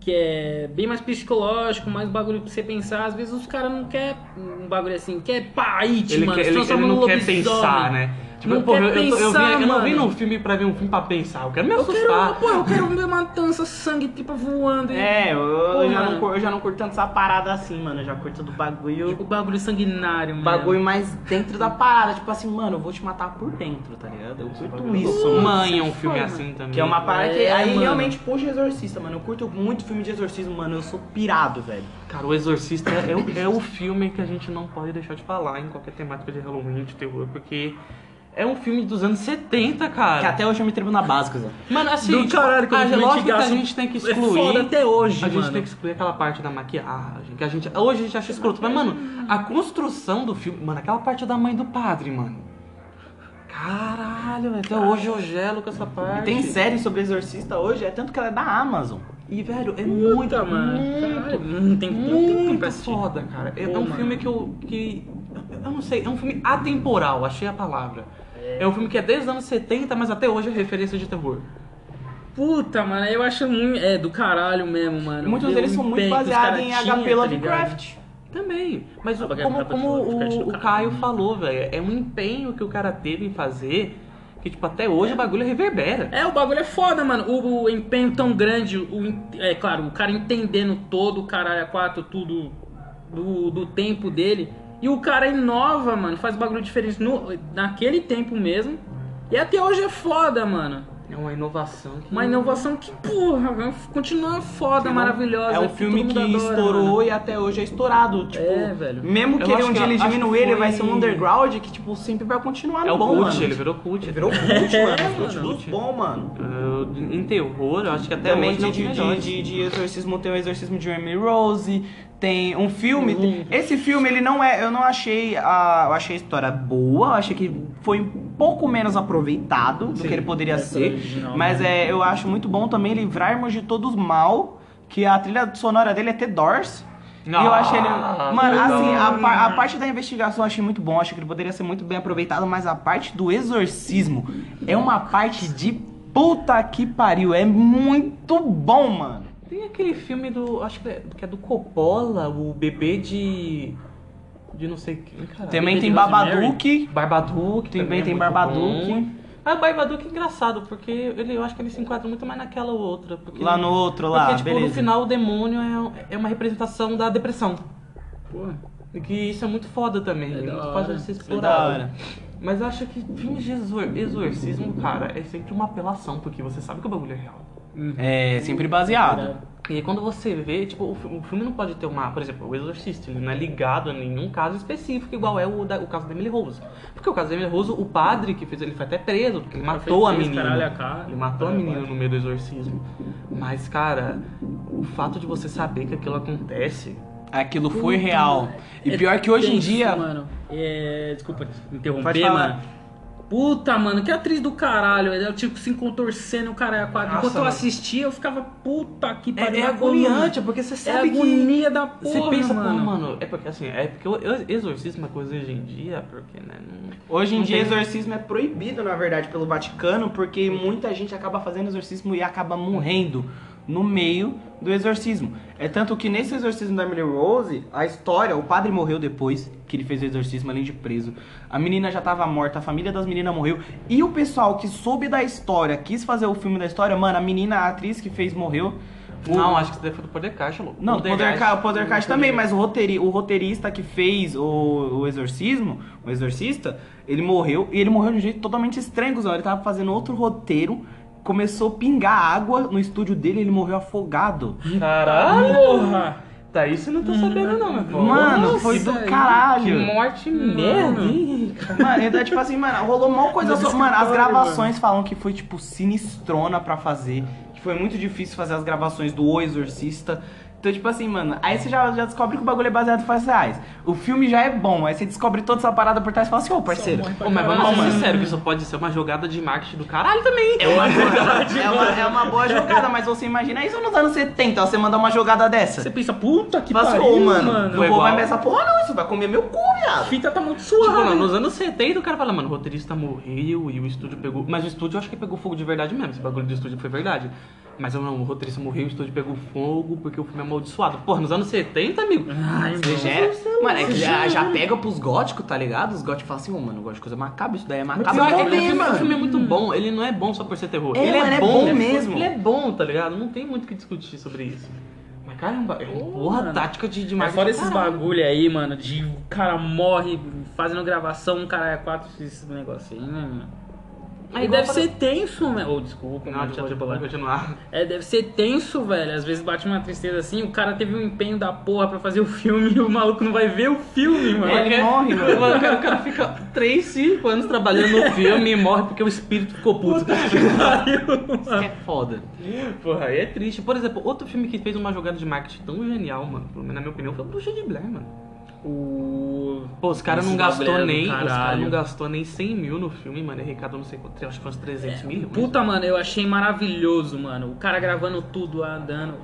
[SPEAKER 3] que é bem mais psicológico, mais bagulho pra você pensar, às vezes os caras não quer um bagulho assim, quer pá, it,
[SPEAKER 2] Ele,
[SPEAKER 3] mano,
[SPEAKER 2] quer-
[SPEAKER 3] se
[SPEAKER 2] ele- ele
[SPEAKER 3] transforma
[SPEAKER 2] não
[SPEAKER 3] num
[SPEAKER 2] quer
[SPEAKER 3] lobisomem.
[SPEAKER 2] pensar, né? Tipo,
[SPEAKER 3] Não
[SPEAKER 2] porra,
[SPEAKER 3] quer
[SPEAKER 2] eu, eu, tô- eu,
[SPEAKER 3] pensar,
[SPEAKER 2] vim- eu não vim
[SPEAKER 3] mano.
[SPEAKER 2] num filme pra ver um filme pra pensar, eu quero me
[SPEAKER 3] Eu quero,
[SPEAKER 2] assustar.
[SPEAKER 3] pô, eu quero ver matança, sangue, tipo, voando. e-
[SPEAKER 1] É, eu,
[SPEAKER 3] Pô,
[SPEAKER 1] eu já não,
[SPEAKER 3] mano.
[SPEAKER 1] cur- eu já não curto tanto essa parada assim, mano. Eu já curto do bagulho.
[SPEAKER 3] O tipo, bagulho sanguinário, mano.
[SPEAKER 1] É. bagulho mais dentro da parada. Tipo assim, mano, eu vou te matar por dentro, tá ligado? Eu curto isso, mano.
[SPEAKER 2] Mãe é um filme
[SPEAKER 3] foda.
[SPEAKER 2] assim também.
[SPEAKER 1] Que é uma parada que.
[SPEAKER 3] É,
[SPEAKER 1] Aí
[SPEAKER 3] mano.
[SPEAKER 1] realmente, puxa exorcista, mano. Eu curto muito filme de exorcismo, mano. Eu sou pirado, velho.
[SPEAKER 2] Cara, o Exorcista é, o- é o filme que a gente não pode deixar de falar em qualquer temática de Halloween, de terror, porque é um filme dos anos 70,
[SPEAKER 1] Que
[SPEAKER 2] cara.
[SPEAKER 1] até hoje eu me tribuna básica, Zé.
[SPEAKER 2] Mano, assim,
[SPEAKER 3] Do
[SPEAKER 2] tipo,
[SPEAKER 3] caralho, como
[SPEAKER 2] a,
[SPEAKER 3] filme
[SPEAKER 2] lógico que a
[SPEAKER 3] antigaço
[SPEAKER 2] gente tem que
[SPEAKER 3] é
[SPEAKER 2] excluir.
[SPEAKER 3] foda até hoje,
[SPEAKER 2] A gente
[SPEAKER 3] mano.
[SPEAKER 2] tem que excluir aquela parte da maquiagem, que a gente. Hoje a gente acha escroto. Mas, mano, a construção do filme. Mano, aquela parte da mãe do padre, mano. Caralho, velho, até hoje eu gelo com essa parte.
[SPEAKER 1] Tem série sobre exorcista hoje, é tanto que ela é da Amazon.
[SPEAKER 2] E, velho, é muito,
[SPEAKER 3] Puta, mano.
[SPEAKER 2] muito,
[SPEAKER 3] Caralho, não tem, não tem tempo pra
[SPEAKER 2] muito
[SPEAKER 3] assistir.
[SPEAKER 2] foda, cara. É
[SPEAKER 3] Pô,
[SPEAKER 2] um
[SPEAKER 3] mano.
[SPEAKER 2] filme que eu. que. Eu não sei, é um filme atemporal, achei a palavra. É um filme que é desde os anos 70, mas até hoje é referência de terror.
[SPEAKER 3] Puta, mano, eu acho muito. É, do caralho mesmo, mano.
[SPEAKER 1] Muitos
[SPEAKER 3] Ver
[SPEAKER 1] deles
[SPEAKER 3] o
[SPEAKER 1] são muito
[SPEAKER 3] empenho que um os
[SPEAKER 1] baseados
[SPEAKER 3] caras
[SPEAKER 1] em
[SPEAKER 3] tinham,
[SPEAKER 1] HP
[SPEAKER 3] tá
[SPEAKER 1] Lovecraft.
[SPEAKER 2] Também. Mas
[SPEAKER 3] Ah,
[SPEAKER 2] o-
[SPEAKER 3] bagulho
[SPEAKER 2] como,
[SPEAKER 3] tá
[SPEAKER 2] como
[SPEAKER 3] batido, fica
[SPEAKER 2] o,
[SPEAKER 3] do
[SPEAKER 2] o
[SPEAKER 3] caralho.
[SPEAKER 2] Caio falou, velho, é um empenho que o cara teve em fazer que, tipo, até hoje o bagulho reverbera.
[SPEAKER 3] ligado? É, o bagulho é foda, mano. O, o empenho tão grande, o, em- é claro, o cara entendendo todo o caralho a quatro, tudo do, do tempo dele. E o cara inova, mano, faz bagulho diferente no, naquele tempo mesmo. E até hoje é foda, mano.
[SPEAKER 2] É uma inovação que.
[SPEAKER 3] Uma inovação que, porra, mano, continua foda, maravilhosa.
[SPEAKER 1] É um
[SPEAKER 3] todo
[SPEAKER 1] filme
[SPEAKER 3] mundo
[SPEAKER 1] que
[SPEAKER 3] adora,
[SPEAKER 1] estourou
[SPEAKER 3] mano.
[SPEAKER 1] e até hoje é estourado. Tipo,
[SPEAKER 3] É, velho.
[SPEAKER 1] mesmo que
[SPEAKER 2] Eu
[SPEAKER 1] ele
[SPEAKER 2] acho
[SPEAKER 1] um
[SPEAKER 2] que-
[SPEAKER 1] dia ele
[SPEAKER 2] acho que
[SPEAKER 1] diminua, ele vai ser um
[SPEAKER 2] foi-
[SPEAKER 1] underground que, tipo, sempre vai continuar
[SPEAKER 2] É
[SPEAKER 1] no
[SPEAKER 2] o
[SPEAKER 1] bom,
[SPEAKER 2] cult,
[SPEAKER 1] mano.
[SPEAKER 2] ele virou cult.
[SPEAKER 1] Ele virou cult, mano.
[SPEAKER 2] cult,
[SPEAKER 1] Virou
[SPEAKER 2] cult.
[SPEAKER 1] bom, mano.
[SPEAKER 2] Eu- em terror, eu acho que até
[SPEAKER 1] Também
[SPEAKER 2] hoje não
[SPEAKER 1] de,
[SPEAKER 2] tem
[SPEAKER 1] de,
[SPEAKER 2] melhor.
[SPEAKER 1] de, de- de exorcismo tem o exorcismo de Emily Rose, tem um filme. tem- Esse filme ele não é, eu não achei a, eu achei a história boa, eu achei que foi um pouco menos aproveitado do
[SPEAKER 2] Sim,
[SPEAKER 1] que ele poderia
[SPEAKER 3] é
[SPEAKER 1] ser,
[SPEAKER 3] original,
[SPEAKER 1] mas é, eu acho muito bom também livrar-nos de todos mal, que a trilha sonora dele é The Doors. e eu achei ele.
[SPEAKER 2] Ah,
[SPEAKER 1] Mano,
[SPEAKER 2] legal.
[SPEAKER 1] assim, a, par- a parte da investigação eu achei muito bom. Acho que ele poderia ser muito bem aproveitado, mas a parte do exorcismo é uma parte de puta que pariu. É muito bom, mano.
[SPEAKER 2] Tem aquele filme do. Acho que é, que é do Coppola, o bebê de. De não sei quem, cara.
[SPEAKER 1] Também
[SPEAKER 3] Baby
[SPEAKER 1] tem
[SPEAKER 3] Rosemary.
[SPEAKER 1] Babadook.
[SPEAKER 2] Barbaduque
[SPEAKER 1] Também tem Barbaduque.
[SPEAKER 2] Barbaduque. Ah, Barbaduque é engraçado, porque ele, eu acho que ele se enquadra muito mais naquela outra. Porque
[SPEAKER 1] Lá no outro, lá,
[SPEAKER 2] Porque, tipo, no
[SPEAKER 1] beleza.
[SPEAKER 2] final o demônio é, é uma representação da depressão.
[SPEAKER 3] Porra.
[SPEAKER 2] E que isso é muito foda também.
[SPEAKER 3] É
[SPEAKER 2] É
[SPEAKER 3] da
[SPEAKER 2] muito
[SPEAKER 3] hora.
[SPEAKER 2] fácil de ser
[SPEAKER 3] É da
[SPEAKER 2] explorado.
[SPEAKER 1] hora.
[SPEAKER 2] Mas eu acho que filmes de exor- exorcismo, cara, é sempre uma apelação, porque você sabe que o bagulho é real.
[SPEAKER 1] É sempre baseado.
[SPEAKER 3] Caralho.
[SPEAKER 2] E aí quando você vê, tipo, o, fi- o filme não pode ter uma, por exemplo, o Exorcista, ele não é ligado a nenhum caso específico, igual é o, da- o caso da Emily Rose. Porque o caso da Emily Rose, o padre que fez, ele foi até preso, porque ele
[SPEAKER 3] Ela
[SPEAKER 2] matou
[SPEAKER 3] fez
[SPEAKER 2] a
[SPEAKER 3] três
[SPEAKER 2] menina.
[SPEAKER 3] caralho a cara.
[SPEAKER 2] ele matou a
[SPEAKER 1] É,
[SPEAKER 3] Caralho,
[SPEAKER 2] menina no meio do exorcismo. Mas, cara, o fato de você saber que aquilo acontece,
[SPEAKER 1] Aquilo foi real. E
[SPEAKER 3] É
[SPEAKER 1] pior que hoje em
[SPEAKER 3] tenso,
[SPEAKER 2] né?
[SPEAKER 1] dia.
[SPEAKER 3] Mano. É, desculpa
[SPEAKER 1] Pode
[SPEAKER 3] interromper,
[SPEAKER 1] falar.
[SPEAKER 3] mano. Puta, mano, que atriz do caralho. Ela, tipo, se contorcendo o cara é a quadra.
[SPEAKER 2] Nossa,
[SPEAKER 3] Enquanto eu
[SPEAKER 2] mano.
[SPEAKER 3] assistia, eu ficava puta que
[SPEAKER 2] é, é
[SPEAKER 3] pariu. mas,
[SPEAKER 2] agoniante,
[SPEAKER 3] mano,
[SPEAKER 2] porque você
[SPEAKER 3] É a
[SPEAKER 2] sabe que...
[SPEAKER 3] agonia da porra,
[SPEAKER 2] Você pensa,
[SPEAKER 3] mano.
[SPEAKER 2] pô, mano, é porque assim, é porque o o exorcismo é coisa hoje em dia, porque, né, não...
[SPEAKER 1] Hoje em
[SPEAKER 2] Não
[SPEAKER 1] dia,
[SPEAKER 2] tem-
[SPEAKER 1] exorcismo é proibido, na verdade, pelo Vaticano, porque muita gente acaba fazendo exorcismo e acaba morrendo no meio do exorcismo. É tanto que nesse exorcismo da Emily Rose, a história, o padre morreu depois que ele fez o exorcismo, além de preso. A menina já tava morta, a família das meninas morreu. E o pessoal que soube da história, quis fazer o filme da história, mano, a menina, a atriz que fez, morreu. O-
[SPEAKER 2] Não, acho que isso daí foi do Poder Caixa, louco.
[SPEAKER 1] não, o Poder, Ca- o Poder
[SPEAKER 2] Não,
[SPEAKER 1] Caixa também, mas o, roteiri- o roteirista que fez o, o exorcismo, o exorcista, ele morreu, e ele morreu de um jeito totalmente estranho, Guzão. Ele tava fazendo outro roteiro, começou a pingar água no estúdio dele, ele morreu afogado.
[SPEAKER 2] Caralho!
[SPEAKER 3] Porra!
[SPEAKER 2] Tá, isso eu não tô sabendo não, meu irmão.
[SPEAKER 1] Mano,
[SPEAKER 3] nossa,
[SPEAKER 1] foi do
[SPEAKER 3] aí,
[SPEAKER 2] Que
[SPEAKER 1] caralho.
[SPEAKER 2] morte
[SPEAKER 3] Mano.
[SPEAKER 2] merda, hein?
[SPEAKER 1] Mano, então, tipo assim, mano, rolou mal coisa.
[SPEAKER 3] No
[SPEAKER 1] só- Mano, as
[SPEAKER 3] escritório,
[SPEAKER 1] gravações falam que foi, tipo, sinistrona pra fazer. Que foi muito difícil fazer as gravações do O Exorcista. Então, tipo assim, mano, aí você já, já descobre que o bagulho é baseado em fatos reais. O filme já é bom, aí você descobre toda essa parada por trás e fala assim, ô parceiro.
[SPEAKER 3] morre pra
[SPEAKER 2] Ô, mas
[SPEAKER 3] Caralho,
[SPEAKER 2] vamos ser
[SPEAKER 3] mano.
[SPEAKER 2] sinceros, que isso pode ser uma jogada de marketing do caralho também.
[SPEAKER 1] É uma, é, uma, é uma boa jogada, mas você imagina isso nos anos 70, você mandar uma jogada dessa.
[SPEAKER 3] Você pensa, puta que
[SPEAKER 1] Mas,
[SPEAKER 3] pariu,
[SPEAKER 1] ô, mano,
[SPEAKER 3] mano.
[SPEAKER 1] não vou
[SPEAKER 2] igual.
[SPEAKER 1] mais essa porra não, isso vai comer meu cu,
[SPEAKER 3] A
[SPEAKER 1] viado.
[SPEAKER 3] fita tá muito
[SPEAKER 2] Tipo, não,
[SPEAKER 3] suave.
[SPEAKER 2] nos anos 70 o cara fala, mano, o roteirista morreu e o estúdio pegou. Mas o estúdio eu acho que pegou fogo de verdade mesmo. Esse bagulho do estúdio foi verdade. Mas não, o roteirista morreu, o estúdio pegou fogo porque o filme é amaldiçoado. Porra, nos anos 70, amigo?
[SPEAKER 3] Ai,
[SPEAKER 1] Você já
[SPEAKER 3] mano.
[SPEAKER 1] é- Mano, é que já, já pega pros góticos, tá ligado? Os góticos falam assim, ô, mano, eu gosto de coisa macabra, isso daí é macabro.
[SPEAKER 2] Pior é que
[SPEAKER 1] também,
[SPEAKER 2] aquele filme, o filme é muito bom, ele não é bom só por ser terror.
[SPEAKER 1] É,
[SPEAKER 2] ele
[SPEAKER 1] mano,
[SPEAKER 2] é
[SPEAKER 1] é
[SPEAKER 2] bom,
[SPEAKER 1] bom mesmo.
[SPEAKER 2] Ele é bom, tá ligado? Não tem muito o que discutir sobre isso. Mas caramba, é uma
[SPEAKER 3] Porra,
[SPEAKER 2] porra
[SPEAKER 3] mano.
[SPEAKER 2] tática de, de
[SPEAKER 3] Mas
[SPEAKER 2] marketing.
[SPEAKER 3] É, fora esses
[SPEAKER 2] caralho.
[SPEAKER 3] bagulho aí, mano, de o cara morre fazendo gravação, um cara é quatro, esse negócio aí, né, mano?
[SPEAKER 2] Mas
[SPEAKER 3] Aí
[SPEAKER 2] É igual
[SPEAKER 3] deve
[SPEAKER 2] eu falei-
[SPEAKER 3] ser tenso, né? Ou desculpa,
[SPEAKER 2] Não,
[SPEAKER 3] mano,
[SPEAKER 2] deixa
[SPEAKER 3] já tô
[SPEAKER 2] eu
[SPEAKER 3] bolado.
[SPEAKER 2] continuar.
[SPEAKER 3] É, deve ser tenso, velho. Às vezes bate uma tristeza assim, o cara teve um empenho da porra pra fazer o filme e o maluco não vai ver o filme, mano.
[SPEAKER 2] É.
[SPEAKER 1] ele morre, mano.
[SPEAKER 2] O cara, o cara fica 3, 5 anos trabalhando no filme e morre porque o espírito ficou puto.
[SPEAKER 1] Isso que é foda.
[SPEAKER 2] Porra, aí é triste. Por exemplo, outro filme que fez uma jogada de marketing tão genial, mano, pelo menos na minha opinião, foi o Bruxa de Blair, mano.
[SPEAKER 3] O.
[SPEAKER 2] Pô, os caras não
[SPEAKER 3] Esse
[SPEAKER 2] gastou
[SPEAKER 3] bagulho é do
[SPEAKER 2] nem. Os caras
[SPEAKER 3] caralho.
[SPEAKER 2] não gastou nem 100 mil no filme, mano. Arrecadou não sei quanto, acho que foi uns 300 mil.
[SPEAKER 3] É, Puta, mano, eu achei maravilhoso, mano. O cara gravando tudo lá, andando.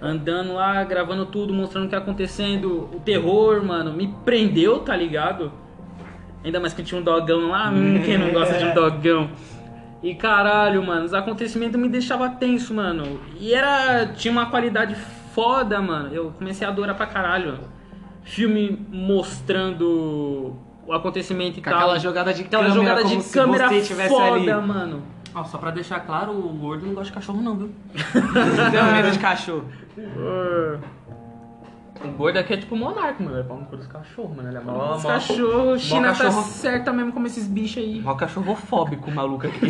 [SPEAKER 3] Andando lá, gravando tudo, mostrando o que tá acontecendo. O terror, mano, me prendeu, tá ligado? Ainda mais que tinha um dogão lá. Hum, quem não gosta de um dogão? E caralho, mano, os acontecimentos me deixavam tenso, mano. E era. tinha uma qualidade foda, mano. Eu comecei a adorar pra caralho. Filme mostrando o acontecimento e
[SPEAKER 1] Com
[SPEAKER 3] tal.
[SPEAKER 1] aquela jogada de
[SPEAKER 3] Aquela
[SPEAKER 1] câmera,
[SPEAKER 3] jogada
[SPEAKER 1] como
[SPEAKER 3] de
[SPEAKER 1] se
[SPEAKER 3] câmera
[SPEAKER 1] você tivesse
[SPEAKER 3] foda,
[SPEAKER 1] ali.
[SPEAKER 3] mano.
[SPEAKER 2] Ó, só pra deixar claro, o gordo não gosta de cachorro, não, viu?
[SPEAKER 1] Tem um medo de cachorro.
[SPEAKER 2] O gordo aqui é tipo monarca, mano. Ele é pau no cu dos cachorros, mano. Ele é mó,
[SPEAKER 3] Os
[SPEAKER 2] mó-
[SPEAKER 3] cachorros, China
[SPEAKER 2] cachorro.
[SPEAKER 3] tá certa mesmo como esses bichos aí.
[SPEAKER 2] Mó cachorrofóbico, maluco aqui.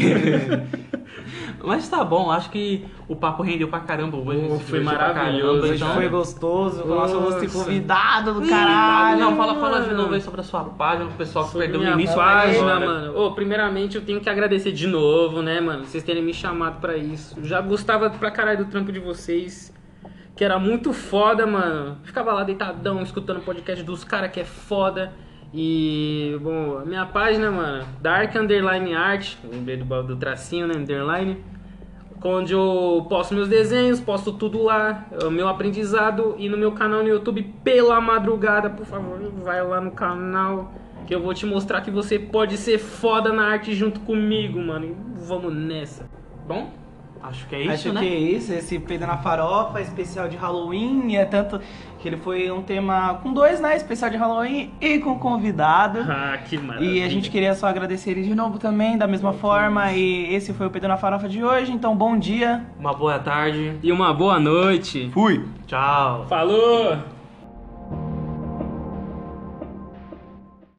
[SPEAKER 2] Mas tá bom, acho que o papo rendeu pra caramba. Hoje
[SPEAKER 3] Oh,
[SPEAKER 2] esse
[SPEAKER 3] foi
[SPEAKER 2] vídeo pra caramba,
[SPEAKER 3] maravilhoso,
[SPEAKER 1] Hoje
[SPEAKER 2] então-
[SPEAKER 1] foi gostoso, com o nosso rosto
[SPEAKER 3] Nossa.
[SPEAKER 1] convidado do caralho.
[SPEAKER 2] Não, fala, fala de
[SPEAKER 3] mano.
[SPEAKER 2] novo aí sobre a sua página, o pessoal que perdeu
[SPEAKER 3] Minha
[SPEAKER 2] o início.
[SPEAKER 3] página,
[SPEAKER 2] agora.
[SPEAKER 3] um mano. Ô, primeiramente eu tenho que agradecer de novo, né, mano? Vocês terem me chamado pra isso. Já gostava pra caralho do trampo de vocês. Que era muito foda, mano. Ficava lá deitadão, escutando o podcast dos caras que é foda. E, bom, a minha página, mano, Dark Underline Art, lembrei do, do tracinho, né, underline, onde eu posto meus desenhos, posto tudo lá, é o meu aprendizado, e no meu canal no YouTube, pela madrugada, por favor, vai lá no canal, que eu vou te mostrar que você pode ser foda na arte junto comigo, mano, e vamos nessa.
[SPEAKER 2] Bom, acho que é isso,
[SPEAKER 1] Acho
[SPEAKER 2] né?
[SPEAKER 1] que é isso, esse Peida na Farofa, especial de Halloween, é tanto que ele foi um tema com dois, né? Especial de Halloween e com convidado.
[SPEAKER 3] Ah, que
[SPEAKER 1] E a gente queria só agradecer ele de novo também, da mesma forma. E esse foi o Pedro na Farofa de hoje, então bom dia.
[SPEAKER 2] Uma boa tarde.
[SPEAKER 3] E uma boa noite.
[SPEAKER 1] Fui!
[SPEAKER 2] Tchau.
[SPEAKER 3] Falou!